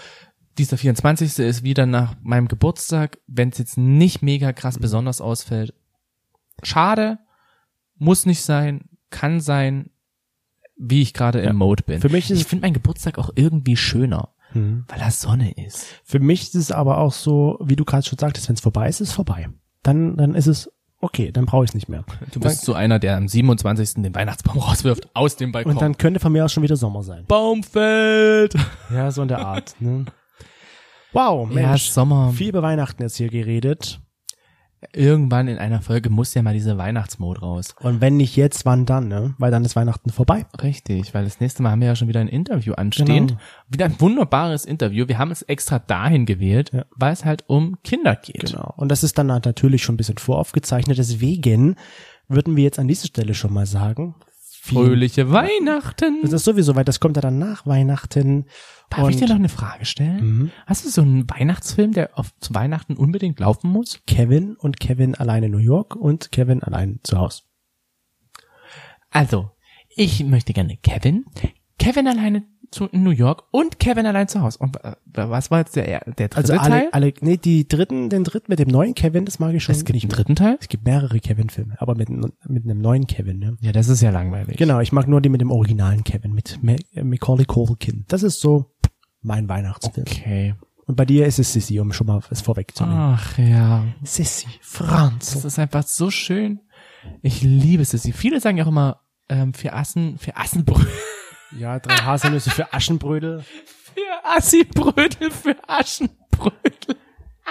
Speaker 4: dieser 24. ist wieder nach meinem Geburtstag, wenn es jetzt nicht mega krass besonders ausfällt. Schade, muss nicht sein, kann sein, wie ich gerade im Mode bin.
Speaker 3: Für mich ist-
Speaker 4: ich finde meinen Geburtstag auch irgendwie schöner weil da Sonne ist.
Speaker 3: Hm. Für mich ist es aber auch so, wie du gerade schon sagtest, wenn es vorbei ist, ist es vorbei. Dann, dann ist es okay, dann brauche ich es nicht mehr.
Speaker 4: Du bist so einer, der am 27. den Weihnachtsbaum rauswirft aus dem Balkon.
Speaker 3: Und dann könnte von mir aus schon wieder Sommer sein.
Speaker 4: Baum fällt.
Speaker 3: Ja, so in der Art. Ne? Wow,
Speaker 4: Ja,
Speaker 3: Mensch.
Speaker 4: Sommer.
Speaker 3: viel über Weihnachten jetzt hier geredet.
Speaker 4: Irgendwann in einer Folge muss ja mal diese Weihnachtsmode raus.
Speaker 3: Und wenn nicht jetzt, wann dann, ne? Weil dann ist Weihnachten vorbei.
Speaker 4: Richtig, weil das nächste Mal haben wir ja schon wieder ein Interview anstehend.
Speaker 3: Genau.
Speaker 4: Wieder ein wunderbares Interview. Wir haben es extra dahin gewählt,
Speaker 3: Ja.
Speaker 4: weil es halt um Kinder geht.
Speaker 3: Genau. Und das ist dann natürlich schon ein bisschen voraufgezeichnet. Deswegen würden wir jetzt an dieser Stelle schon mal sagen, vielen
Speaker 4: Fröhliche Weihnachten.
Speaker 3: Das ist sowieso, weil das kommt ja dann nach Weihnachten.
Speaker 4: Also, Darf
Speaker 3: und
Speaker 4: ich dir noch eine Frage stellen? Hast du so einen Weihnachtsfilm, der auf zu Weihnachten unbedingt laufen muss?
Speaker 3: Kevin und Kevin allein in New York und Kevin allein zu Hause.
Speaker 4: Also, ich möchte gerne Kevin, Kevin alleine zu in New York und Kevin allein zu Hause. Und äh, was war jetzt der, der dritte
Speaker 3: Also
Speaker 4: Teil?
Speaker 3: alle, alle, nee, die dritten, den dritten mit dem neuen Kevin, das mag ich schon.
Speaker 4: es gibt einen dritten Teil?
Speaker 3: es gibt mehrere Kevin-Filme, aber mit, mit einem neuen Kevin, ne?
Speaker 4: Ja, das ist ja langweilig.
Speaker 3: Genau, ich mag nur die mit dem originalen Kevin, mit Ma- äh, Macaulay Culkin. Das ist so mein Weihnachtsfilm.
Speaker 4: Okay.
Speaker 3: Und bei dir ist es Sissy, um schon mal es vorwegzunehmen.
Speaker 4: Ach ja,
Speaker 3: Sissy, Franz.
Speaker 4: das ist einfach so schön. Ich liebe Sissy. Viele sagen ja auch immer, ähm, für Assen, für Assenbrödel,
Speaker 3: Ja, drei Haselnüsse für Aschenbrödel.
Speaker 4: für Assibrödel, für Aschenbrödel,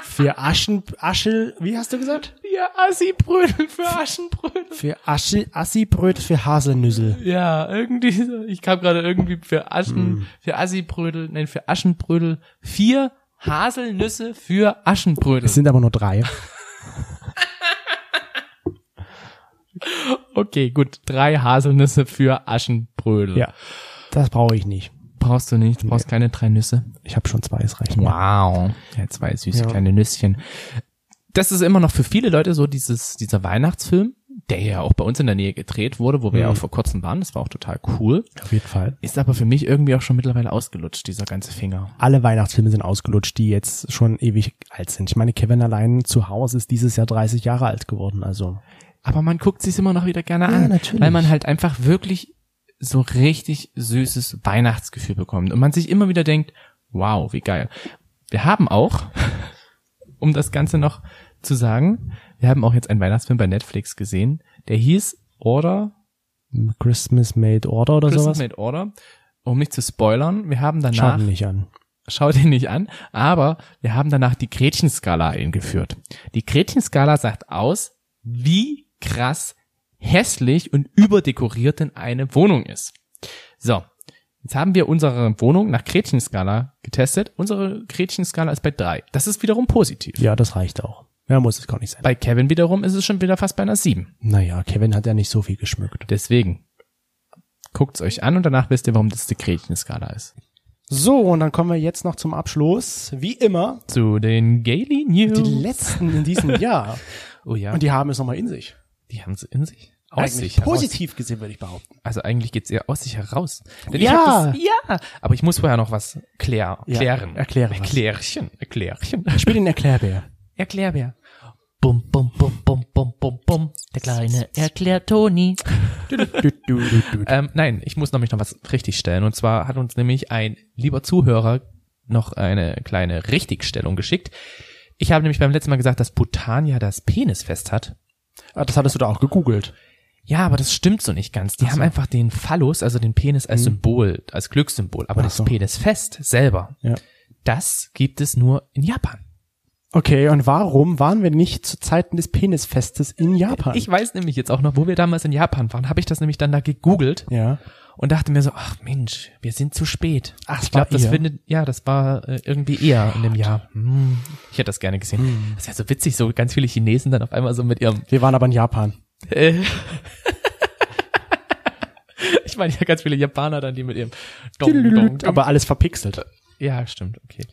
Speaker 3: Für Aschen, Aschel, wie hast du gesagt?
Speaker 4: für Assibrödel, für Aschenbrödel.
Speaker 3: Für Asche, Assibröt für Haselnüssel.
Speaker 4: Ja, irgendwie, so. ich kam gerade irgendwie für Aschen,
Speaker 3: Hm.
Speaker 4: für Assibrödel, nein, für Aschenbrödel, vier Haselnüsse für Aschenbrödel.
Speaker 3: Es sind aber nur drei.
Speaker 4: Okay, gut, drei Haselnüsse für Aschenbrödel.
Speaker 3: Ja. Das brauche ich nicht.
Speaker 4: Brauchst du nicht, brauchst keine drei Nüsse.
Speaker 3: Ich habe schon zwei, es reicht mir.
Speaker 4: Wow. Ja, zwei süße
Speaker 3: Ja.
Speaker 4: kleine Nüsschen. Das ist immer noch für viele Leute so dieses, dieser Weihnachtsfilm, der ja auch bei uns in der Nähe gedreht wurde, wo wir ja
Speaker 3: Mhm.
Speaker 4: auch vor kurzem waren, das war auch total cool.
Speaker 3: Auf jeden Fall.
Speaker 4: Ist aber für mich irgendwie auch schon mittlerweile ausgelutscht, dieser ganze Finger.
Speaker 3: Alle Weihnachtsfilme sind ausgelutscht, die jetzt schon ewig alt sind. Ich meine, Kevin allein zu Hause ist dieses Jahr 30 Jahre alt geworden, also.
Speaker 4: Aber man guckt sich's immer noch wieder gerne
Speaker 3: Ja,
Speaker 4: an,
Speaker 3: natürlich.
Speaker 4: weil man halt einfach wirklich so richtig süßes Weihnachtsgefühl bekommt und man sich immer wieder denkt, wow, wie geil. Wir haben auch, um das Ganze noch zu sagen, wir haben auch jetzt einen Weihnachtsfilm bei Netflix gesehen, der hieß Order,
Speaker 3: Christmas Made Order oder
Speaker 4: Christmas
Speaker 3: sowas.
Speaker 4: Made Order. Um nicht zu spoilern, wir haben danach
Speaker 3: Schaut ihn nicht an.
Speaker 4: schau den nicht an, aber wir haben danach die Gretchenskala eingeführt. Die Gretchenskala sagt aus, wie krass hässlich und überdekoriert denn eine Wohnung ist. So, jetzt haben wir unsere Wohnung nach Gretchenskala getestet. Unsere Gretchenskala ist bei drei. Das ist wiederum positiv.
Speaker 3: Ja, das reicht auch. Ja, muss es gar nicht sein.
Speaker 4: Bei Kevin wiederum ist es schon wieder fast bei einer sieben.
Speaker 3: Naja, Kevin hat ja nicht so viel geschmückt.
Speaker 4: Deswegen guckt's euch an und danach wisst ihr, warum das die Gretchenskala ist.
Speaker 3: So, und dann kommen wir jetzt noch zum Abschluss. Wie immer,
Speaker 4: Zu den Gaily
Speaker 3: die
Speaker 4: News.
Speaker 3: letzten in diesem Jahr.
Speaker 4: Oh ja,
Speaker 3: Und die haben es nochmal in sich.
Speaker 4: die haben sie in sich. Aus
Speaker 3: Eigentlich
Speaker 4: sich heraus.
Speaker 3: positiv gesehen, würde ich behaupten.
Speaker 4: Also eigentlich geht's eher aus sich heraus. Denn
Speaker 3: Ja.
Speaker 4: Ich hab das, ja. Aber ich muss vorher noch was klär,
Speaker 3: Ja,
Speaker 4: klären.
Speaker 3: erkläre was.
Speaker 4: Erklärchen. Erklärchen.
Speaker 3: Spiel den Erklärbär.
Speaker 4: Erklärbär.
Speaker 1: Bum, bum, bum, bum, bum, bum, bum. Der Kleine erklärt Toni.
Speaker 3: Du, du, du, du.
Speaker 4: Ähm, nein, ich muss nämlich noch was richtig stellen. Und zwar hat uns nämlich ein lieber Zuhörer noch eine kleine Richtigstellung geschickt. Ich habe nämlich beim letzten Mal gesagt, dass Bhutan ja das Penisfest hat.
Speaker 3: Ah, das hattest du da auch gegoogelt.
Speaker 4: Ja, aber das stimmt so nicht ganz. Die haben einfach den Phallus, also den Penis als Symbol, als Glückssymbol. Aber
Speaker 3: Mhm. Ach
Speaker 4: das
Speaker 3: so.
Speaker 4: Penisfest selber,
Speaker 3: Ja.
Speaker 4: das gibt es nur in Japan.
Speaker 3: Okay, und warum waren wir nicht zu Zeiten des Penisfestes in Japan?
Speaker 4: Ich weiß nämlich jetzt auch noch, wo wir damals in Japan waren, habe ich das nämlich dann da gegoogelt
Speaker 3: ja.
Speaker 4: und dachte mir so, ach Mensch, wir sind zu spät.
Speaker 3: Ach,
Speaker 4: ich
Speaker 3: es war
Speaker 4: glaube, das
Speaker 3: eher.
Speaker 4: findet, ja, das war äh, irgendwie eher in dem Jahr. Hm, ich hätte das gerne gesehen.
Speaker 3: Hm.
Speaker 4: Das wäre so witzig, so ganz viele Chinesen dann auf einmal so mit ihrem,
Speaker 3: Wir waren aber in Japan.
Speaker 4: äh, ich meine, ja, ganz viele Japaner dann, die mit ihrem Dong, Dong, Dong.
Speaker 3: Aber alles verpixelt.
Speaker 4: Ja, stimmt, okay.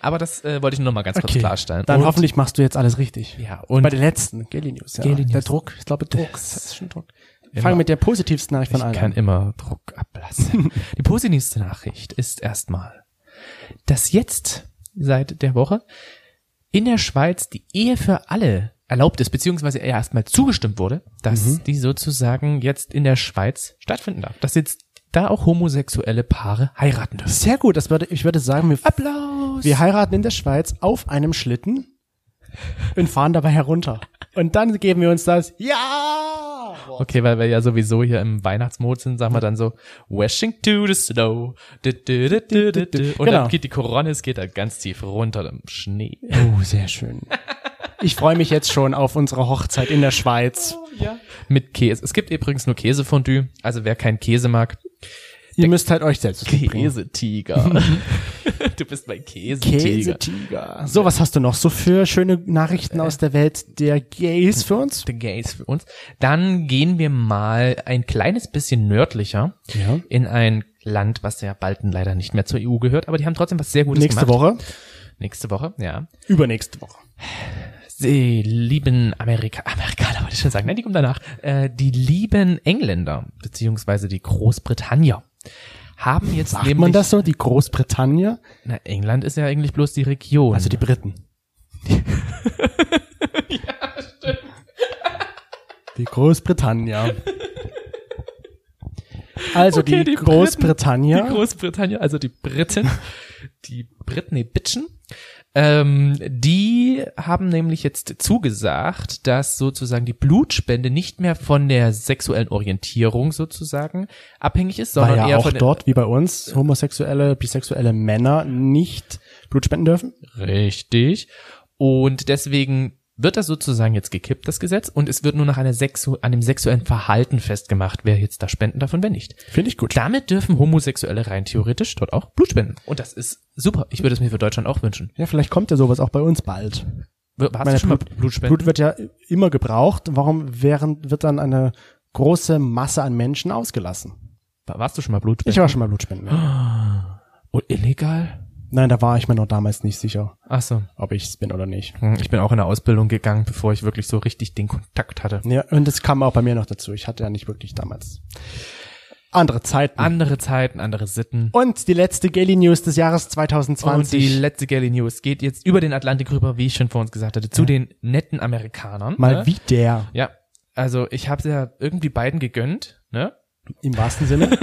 Speaker 4: Aber das äh, wollte ich nur noch mal ganz kurz klarstellen.
Speaker 3: Dann
Speaker 4: Und-
Speaker 3: hoffentlich must du jetzt alles richtig.
Speaker 4: Ja, und-
Speaker 3: bei den letzten, Gaily News, ja.
Speaker 4: Gaily
Speaker 3: Der
Speaker 4: News.
Speaker 3: Druck, ich glaube Druck, das ist schon Druck. Fang
Speaker 4: Immer.
Speaker 3: mit der positivsten Nachricht von
Speaker 4: Ich kann
Speaker 3: allen.
Speaker 4: immer Druck ablassen. Die positivste Nachricht ist erstmal, dass jetzt seit der Woche in der Schweiz die Ehe für alle erlaubt ist, beziehungsweise ja erstmal zugestimmt wurde, dass
Speaker 3: Mhm.
Speaker 4: die sozusagen jetzt in der Schweiz stattfinden darf. Dass jetzt da auch homosexuelle Paare heiraten dürfen.
Speaker 3: Sehr gut, das würde, ich würde sagen, wir,
Speaker 4: Applaus!
Speaker 3: wir heiraten in der Schweiz auf einem Schlitten und fahren dabei herunter. Und dann geben wir uns das, ja!
Speaker 4: Okay, weil wir ja sowieso hier im Weihnachtsmodus sind, sagen wir dann so, washing to the snow. Du, du, du, du, du, du. Und
Speaker 3: Genau.
Speaker 4: dann geht die Koronne, es geht dann ganz tief runter im Schnee.
Speaker 3: Oh, sehr schön. Ich freue mich jetzt schon auf unsere Hochzeit in der Schweiz.
Speaker 4: Mit Käse. Es gibt übrigens nur Käsefondue. Also wer keinen Käse mag,
Speaker 3: Ihr müsst halt euch selbst mitbringen.
Speaker 4: Käsetiger. du bist mein Käsetiger.
Speaker 3: Käsetiger. So, was hast du noch so für schöne Nachrichten aus der Welt der Gays für uns?
Speaker 4: The Gays für uns. Dann gehen wir mal ein kleines bisschen nördlicher
Speaker 3: Ja.
Speaker 4: in ein Land, was ja bald leider nicht mehr zur EU gehört, aber die haben trotzdem was sehr Gutes
Speaker 3: Nächste
Speaker 4: gemacht.
Speaker 3: Woche?
Speaker 4: Nächste Woche, ja.
Speaker 3: Übernächste Woche.
Speaker 4: die lieben Amerika Amerikaner, wollte ich schon sagen, nein, die kommen danach, äh, die lieben Engländer, beziehungsweise die Großbritannier, haben jetzt
Speaker 3: Sagt
Speaker 4: nämlich,
Speaker 3: man das so? Die Großbritannien?
Speaker 4: na, England ist ja eigentlich bloß die Region.
Speaker 3: Also die Briten. ja, stimmt. Die Großbritannien. Also
Speaker 4: Okay,
Speaker 3: die,
Speaker 4: die
Speaker 3: Großbritannien.
Speaker 4: Die Großbritannien, also die Briten, die Briten, nee, Bitchen, ähm, die haben nämlich jetzt zugesagt, dass sozusagen die Blutspende nicht mehr von der sexuellen Orientierung sozusagen abhängig ist,
Speaker 3: Weil
Speaker 4: sondern
Speaker 3: ja
Speaker 4: eher
Speaker 3: auch
Speaker 4: von der,
Speaker 3: dort, wie bei uns, homosexuelle, bisexuelle Männer nicht Blut spenden dürfen.
Speaker 4: Richtig. Und deswegen wird das sozusagen jetzt gekippt, das Gesetz, und es wird nur nach einer sexu an dem sexuellen Verhalten festgemacht, wer jetzt da spenden darf und wer nicht.
Speaker 3: Finde ich gut.
Speaker 4: Damit dürfen Homosexuelle rein theoretisch dort auch Blut spenden. Und das ist super. Ich würde es mir für Deutschland auch wünschen.
Speaker 3: Ja, vielleicht kommt ja sowas auch bei uns bald.
Speaker 4: Hast
Speaker 3: Meine
Speaker 4: du schon mal
Speaker 3: Blut-
Speaker 4: Blutspenden?
Speaker 3: Blut wird ja immer gebraucht. Warum während, wird dann eine große Masse an Menschen ausgelassen?
Speaker 4: Warst du schon mal Blutspenden?
Speaker 3: Ich war schon mal Blutspenden. ja.
Speaker 4: Oh, illegal?
Speaker 3: Nein, da war ich mir noch damals nicht sicher,
Speaker 4: Ach so.
Speaker 3: ob ich es bin oder nicht.
Speaker 4: Hm, Ich bin auch in der Ausbildung gegangen, bevor ich wirklich so richtig den Kontakt hatte.
Speaker 3: Ja, und das kam auch bei mir noch dazu. Ich hatte ja nicht wirklich damals andere Zeiten.
Speaker 4: Andere Zeiten, andere Sitten.
Speaker 3: und die letzte Gaily News des Jahres
Speaker 4: Und die
Speaker 3: 2020.
Speaker 4: letzte Gally News geht jetzt über den Atlantik rüber, wie ich schon vor uns gesagt hatte, zu den netten Amerikanern.
Speaker 3: Mal
Speaker 4: ne?
Speaker 3: wieder.
Speaker 4: Ja, also ich habe ja irgendwie beiden gegönnt, ne?
Speaker 3: Im wahrsten Sinne.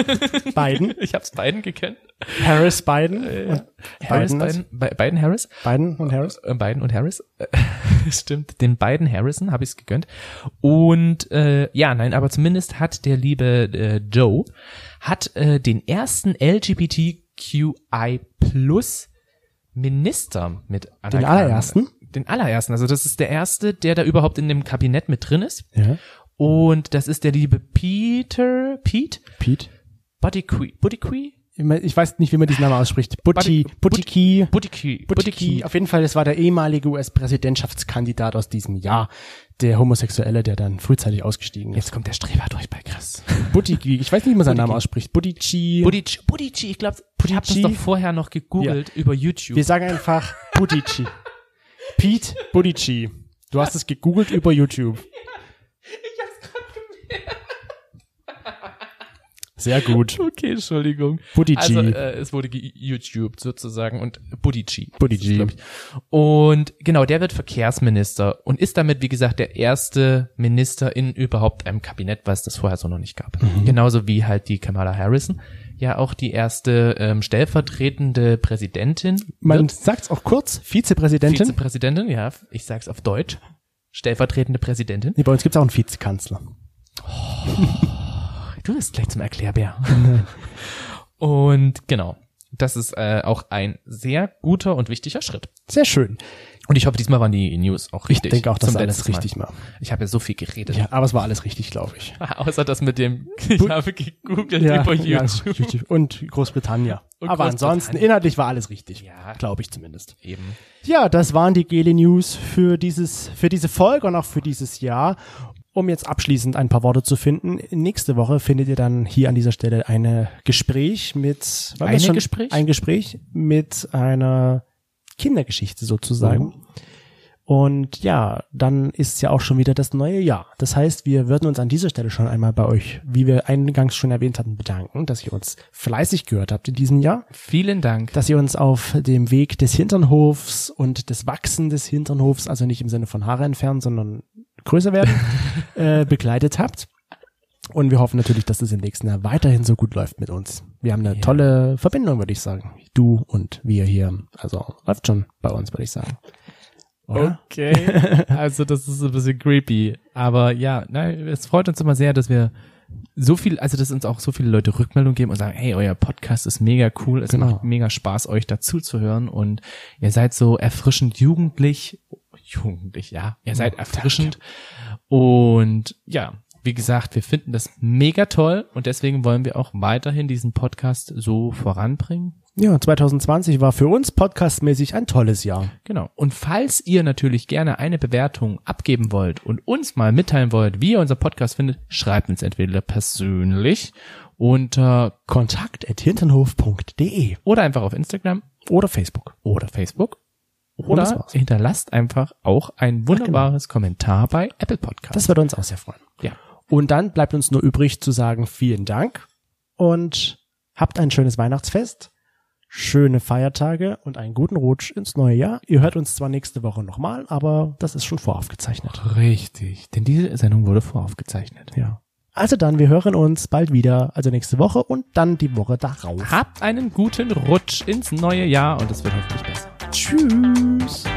Speaker 3: Biden.
Speaker 4: Ich hab's beiden gegönnt.
Speaker 3: Harris Biden. und
Speaker 4: Harris,
Speaker 3: Biden,
Speaker 4: Biden, Bi- Biden Harris,
Speaker 3: Biden und Harris.
Speaker 4: äh, Biden und Harris. Stimmt, den beiden Harrison habe ich's gegönnt. Und äh, ja, nein, aber zumindest hat der liebe äh, Joe hat äh, den ersten LGBTQI Plus Minister mit anerkannt.
Speaker 3: allerersten?
Speaker 4: Den allerersten. Also das ist der erste, der da überhaupt in dem Kabinett mit drin ist.
Speaker 3: Ja.
Speaker 4: Und das ist der liebe Peter, Pete,
Speaker 3: Pete.
Speaker 4: Buttigieg, Buttigieg,
Speaker 3: Ich mein, ich weiß nicht, wie man diesen Namen ausspricht. Butti,
Speaker 4: But-
Speaker 3: Buttiki. Buttiki.
Speaker 4: Buttigieg, Buttigieg.
Speaker 3: Auf jeden Fall, das war der ehemalige US-Präsidentschaftskandidat aus diesem Jahr. Der Homosexuelle, der dann frühzeitig ausgestiegen ist.
Speaker 4: Jetzt kommt der Streber durch bei Chris.
Speaker 3: Buttiki. Ich weiß nicht, wie man seinen Namen ausspricht. Buttici.
Speaker 4: Buttigieg, Buttigieg, ich glaube, ich habe das
Speaker 3: Buttigieg?
Speaker 4: doch vorher noch gegoogelt über YouTube.
Speaker 3: Wir sagen einfach Budici. Pete Budici. Du hast es gegoogelt über YouTube. Sehr gut.
Speaker 4: Okay, Entschuldigung.
Speaker 3: Budici.
Speaker 4: Also äh, es wurde YouTube sozusagen und Budici.
Speaker 3: Buttigieg.
Speaker 4: Ist es, glaub ich. Und genau, der wird Verkehrsminister und ist damit, wie gesagt, der erste Minister in überhaupt einem Kabinett, was das vorher so noch nicht gab. Genauso wie halt die Kamala Harrison ja auch die erste ähm, stellvertretende Präsidentin.
Speaker 3: Man
Speaker 4: wird.
Speaker 3: sagt's auch kurz, Vizepräsidentin.
Speaker 4: Vizepräsidentin, ja, ich sag's auf Deutsch. Stellvertretende Präsidentin.
Speaker 3: nee, bei uns gibt's auch einen Vizekanzler.
Speaker 4: Du wirst gleich zum Erklärbär. und genau, das ist äh, auch ein sehr guter und wichtiger Schritt.
Speaker 3: Sehr schön.
Speaker 4: Und ich hoffe, diesmal waren die News auch richtig.
Speaker 3: Ich denke auch, dass
Speaker 4: zum
Speaker 3: alles
Speaker 4: letzten Mal.
Speaker 3: richtig war.
Speaker 4: Ich habe ja so viel geredet.
Speaker 3: Ja, aber es war alles richtig, glaube ich.
Speaker 4: Außer das mit dem, ich habe gegoogelt über
Speaker 3: ja,
Speaker 4: YouTube.
Speaker 3: YouTube und Großbritannien.
Speaker 4: Und
Speaker 3: aber
Speaker 4: Großbritannien.
Speaker 3: ansonsten, inhaltlich war alles richtig.
Speaker 4: Ja.
Speaker 3: Glaube ich zumindest.
Speaker 4: Eben.
Speaker 3: Ja, das waren die Geli News für dieses, für diese Folge und auch für dieses Jahr. Um jetzt abschließend ein paar Worte zu finden. Nächste Woche findet ihr dann hier an dieser Stelle ein Gespräch mit, war das
Speaker 4: Eine Gespräch?
Speaker 3: Ein Gespräch mit einer Kindergeschichte sozusagen. Und ja, dann ist ja auch schon wieder das neue Jahr. Das heißt, wir würden uns an dieser Stelle schon einmal bei euch, wie wir eingangs schon erwähnt hatten, bedanken, dass ihr uns fleißig gehört habt in diesem Jahr
Speaker 4: Vielen Dank.
Speaker 3: dass ihr uns auf dem Weg des Hinternhofs und des Wachsen des Hinternhofs, also nicht im Sinne von Haare entfernen, sondern größer werden, äh, begleitet habt. Und wir hoffen natürlich, dass es im nächsten Jahr weiterhin so gut läuft mit uns. Wir haben eine tolle Verbindung, würde ich sagen. Du und wir hier. Also läuft schon bei uns, würde ich sagen. Oder?
Speaker 4: Okay. also das ist ein bisschen creepy. Aber ja, nein, es freut uns immer sehr, dass wir so viel, also dass uns auch so viele Leute Rückmeldung geben und sagen, hey, euer Podcast ist mega cool, es
Speaker 3: Genau.
Speaker 4: macht mega Spaß, euch dazu zu hören und ihr seid so erfrischend jugendlich, jugendlich, ja, ihr seid erfrischend und ja, wie gesagt, wir finden das mega toll und deswegen wollen wir auch weiterhin diesen Podcast so voranbringen.
Speaker 3: Ja, 2020 war für uns podcastmäßig ein tolles Jahr.
Speaker 4: Genau. Und falls ihr natürlich gerne eine Bewertung abgeben wollt und uns mal mitteilen wollt, wie ihr unser Podcast findet, schreibt uns entweder persönlich unter
Speaker 3: Kontakt.hinternhof.de
Speaker 4: oder einfach auf Instagram
Speaker 3: oder Facebook.
Speaker 4: oder Facebook
Speaker 3: Und das
Speaker 4: oder
Speaker 3: war's.
Speaker 4: hinterlasst einfach auch ein wunderbares Kommentar bei Apple Podcasts.
Speaker 3: Das würde uns auch sehr freuen.
Speaker 4: Ja.
Speaker 3: Und dann bleibt uns nur übrig zu sagen, vielen Dank und habt ein schönes Weihnachtsfest, schöne Feiertage und einen guten Rutsch ins neue Jahr. Ihr hört uns zwar nächste Woche nochmal, aber das ist schon voraufgezeichnet.
Speaker 4: Richtig, denn diese Sendung wurde voraufgezeichnet.
Speaker 3: Ja. Also dann, wir hören uns bald wieder, also nächste Woche und dann die Woche darauf.
Speaker 4: Habt einen guten Rutsch ins neue Jahr und es wird hoffentlich besser.
Speaker 3: Tschüss.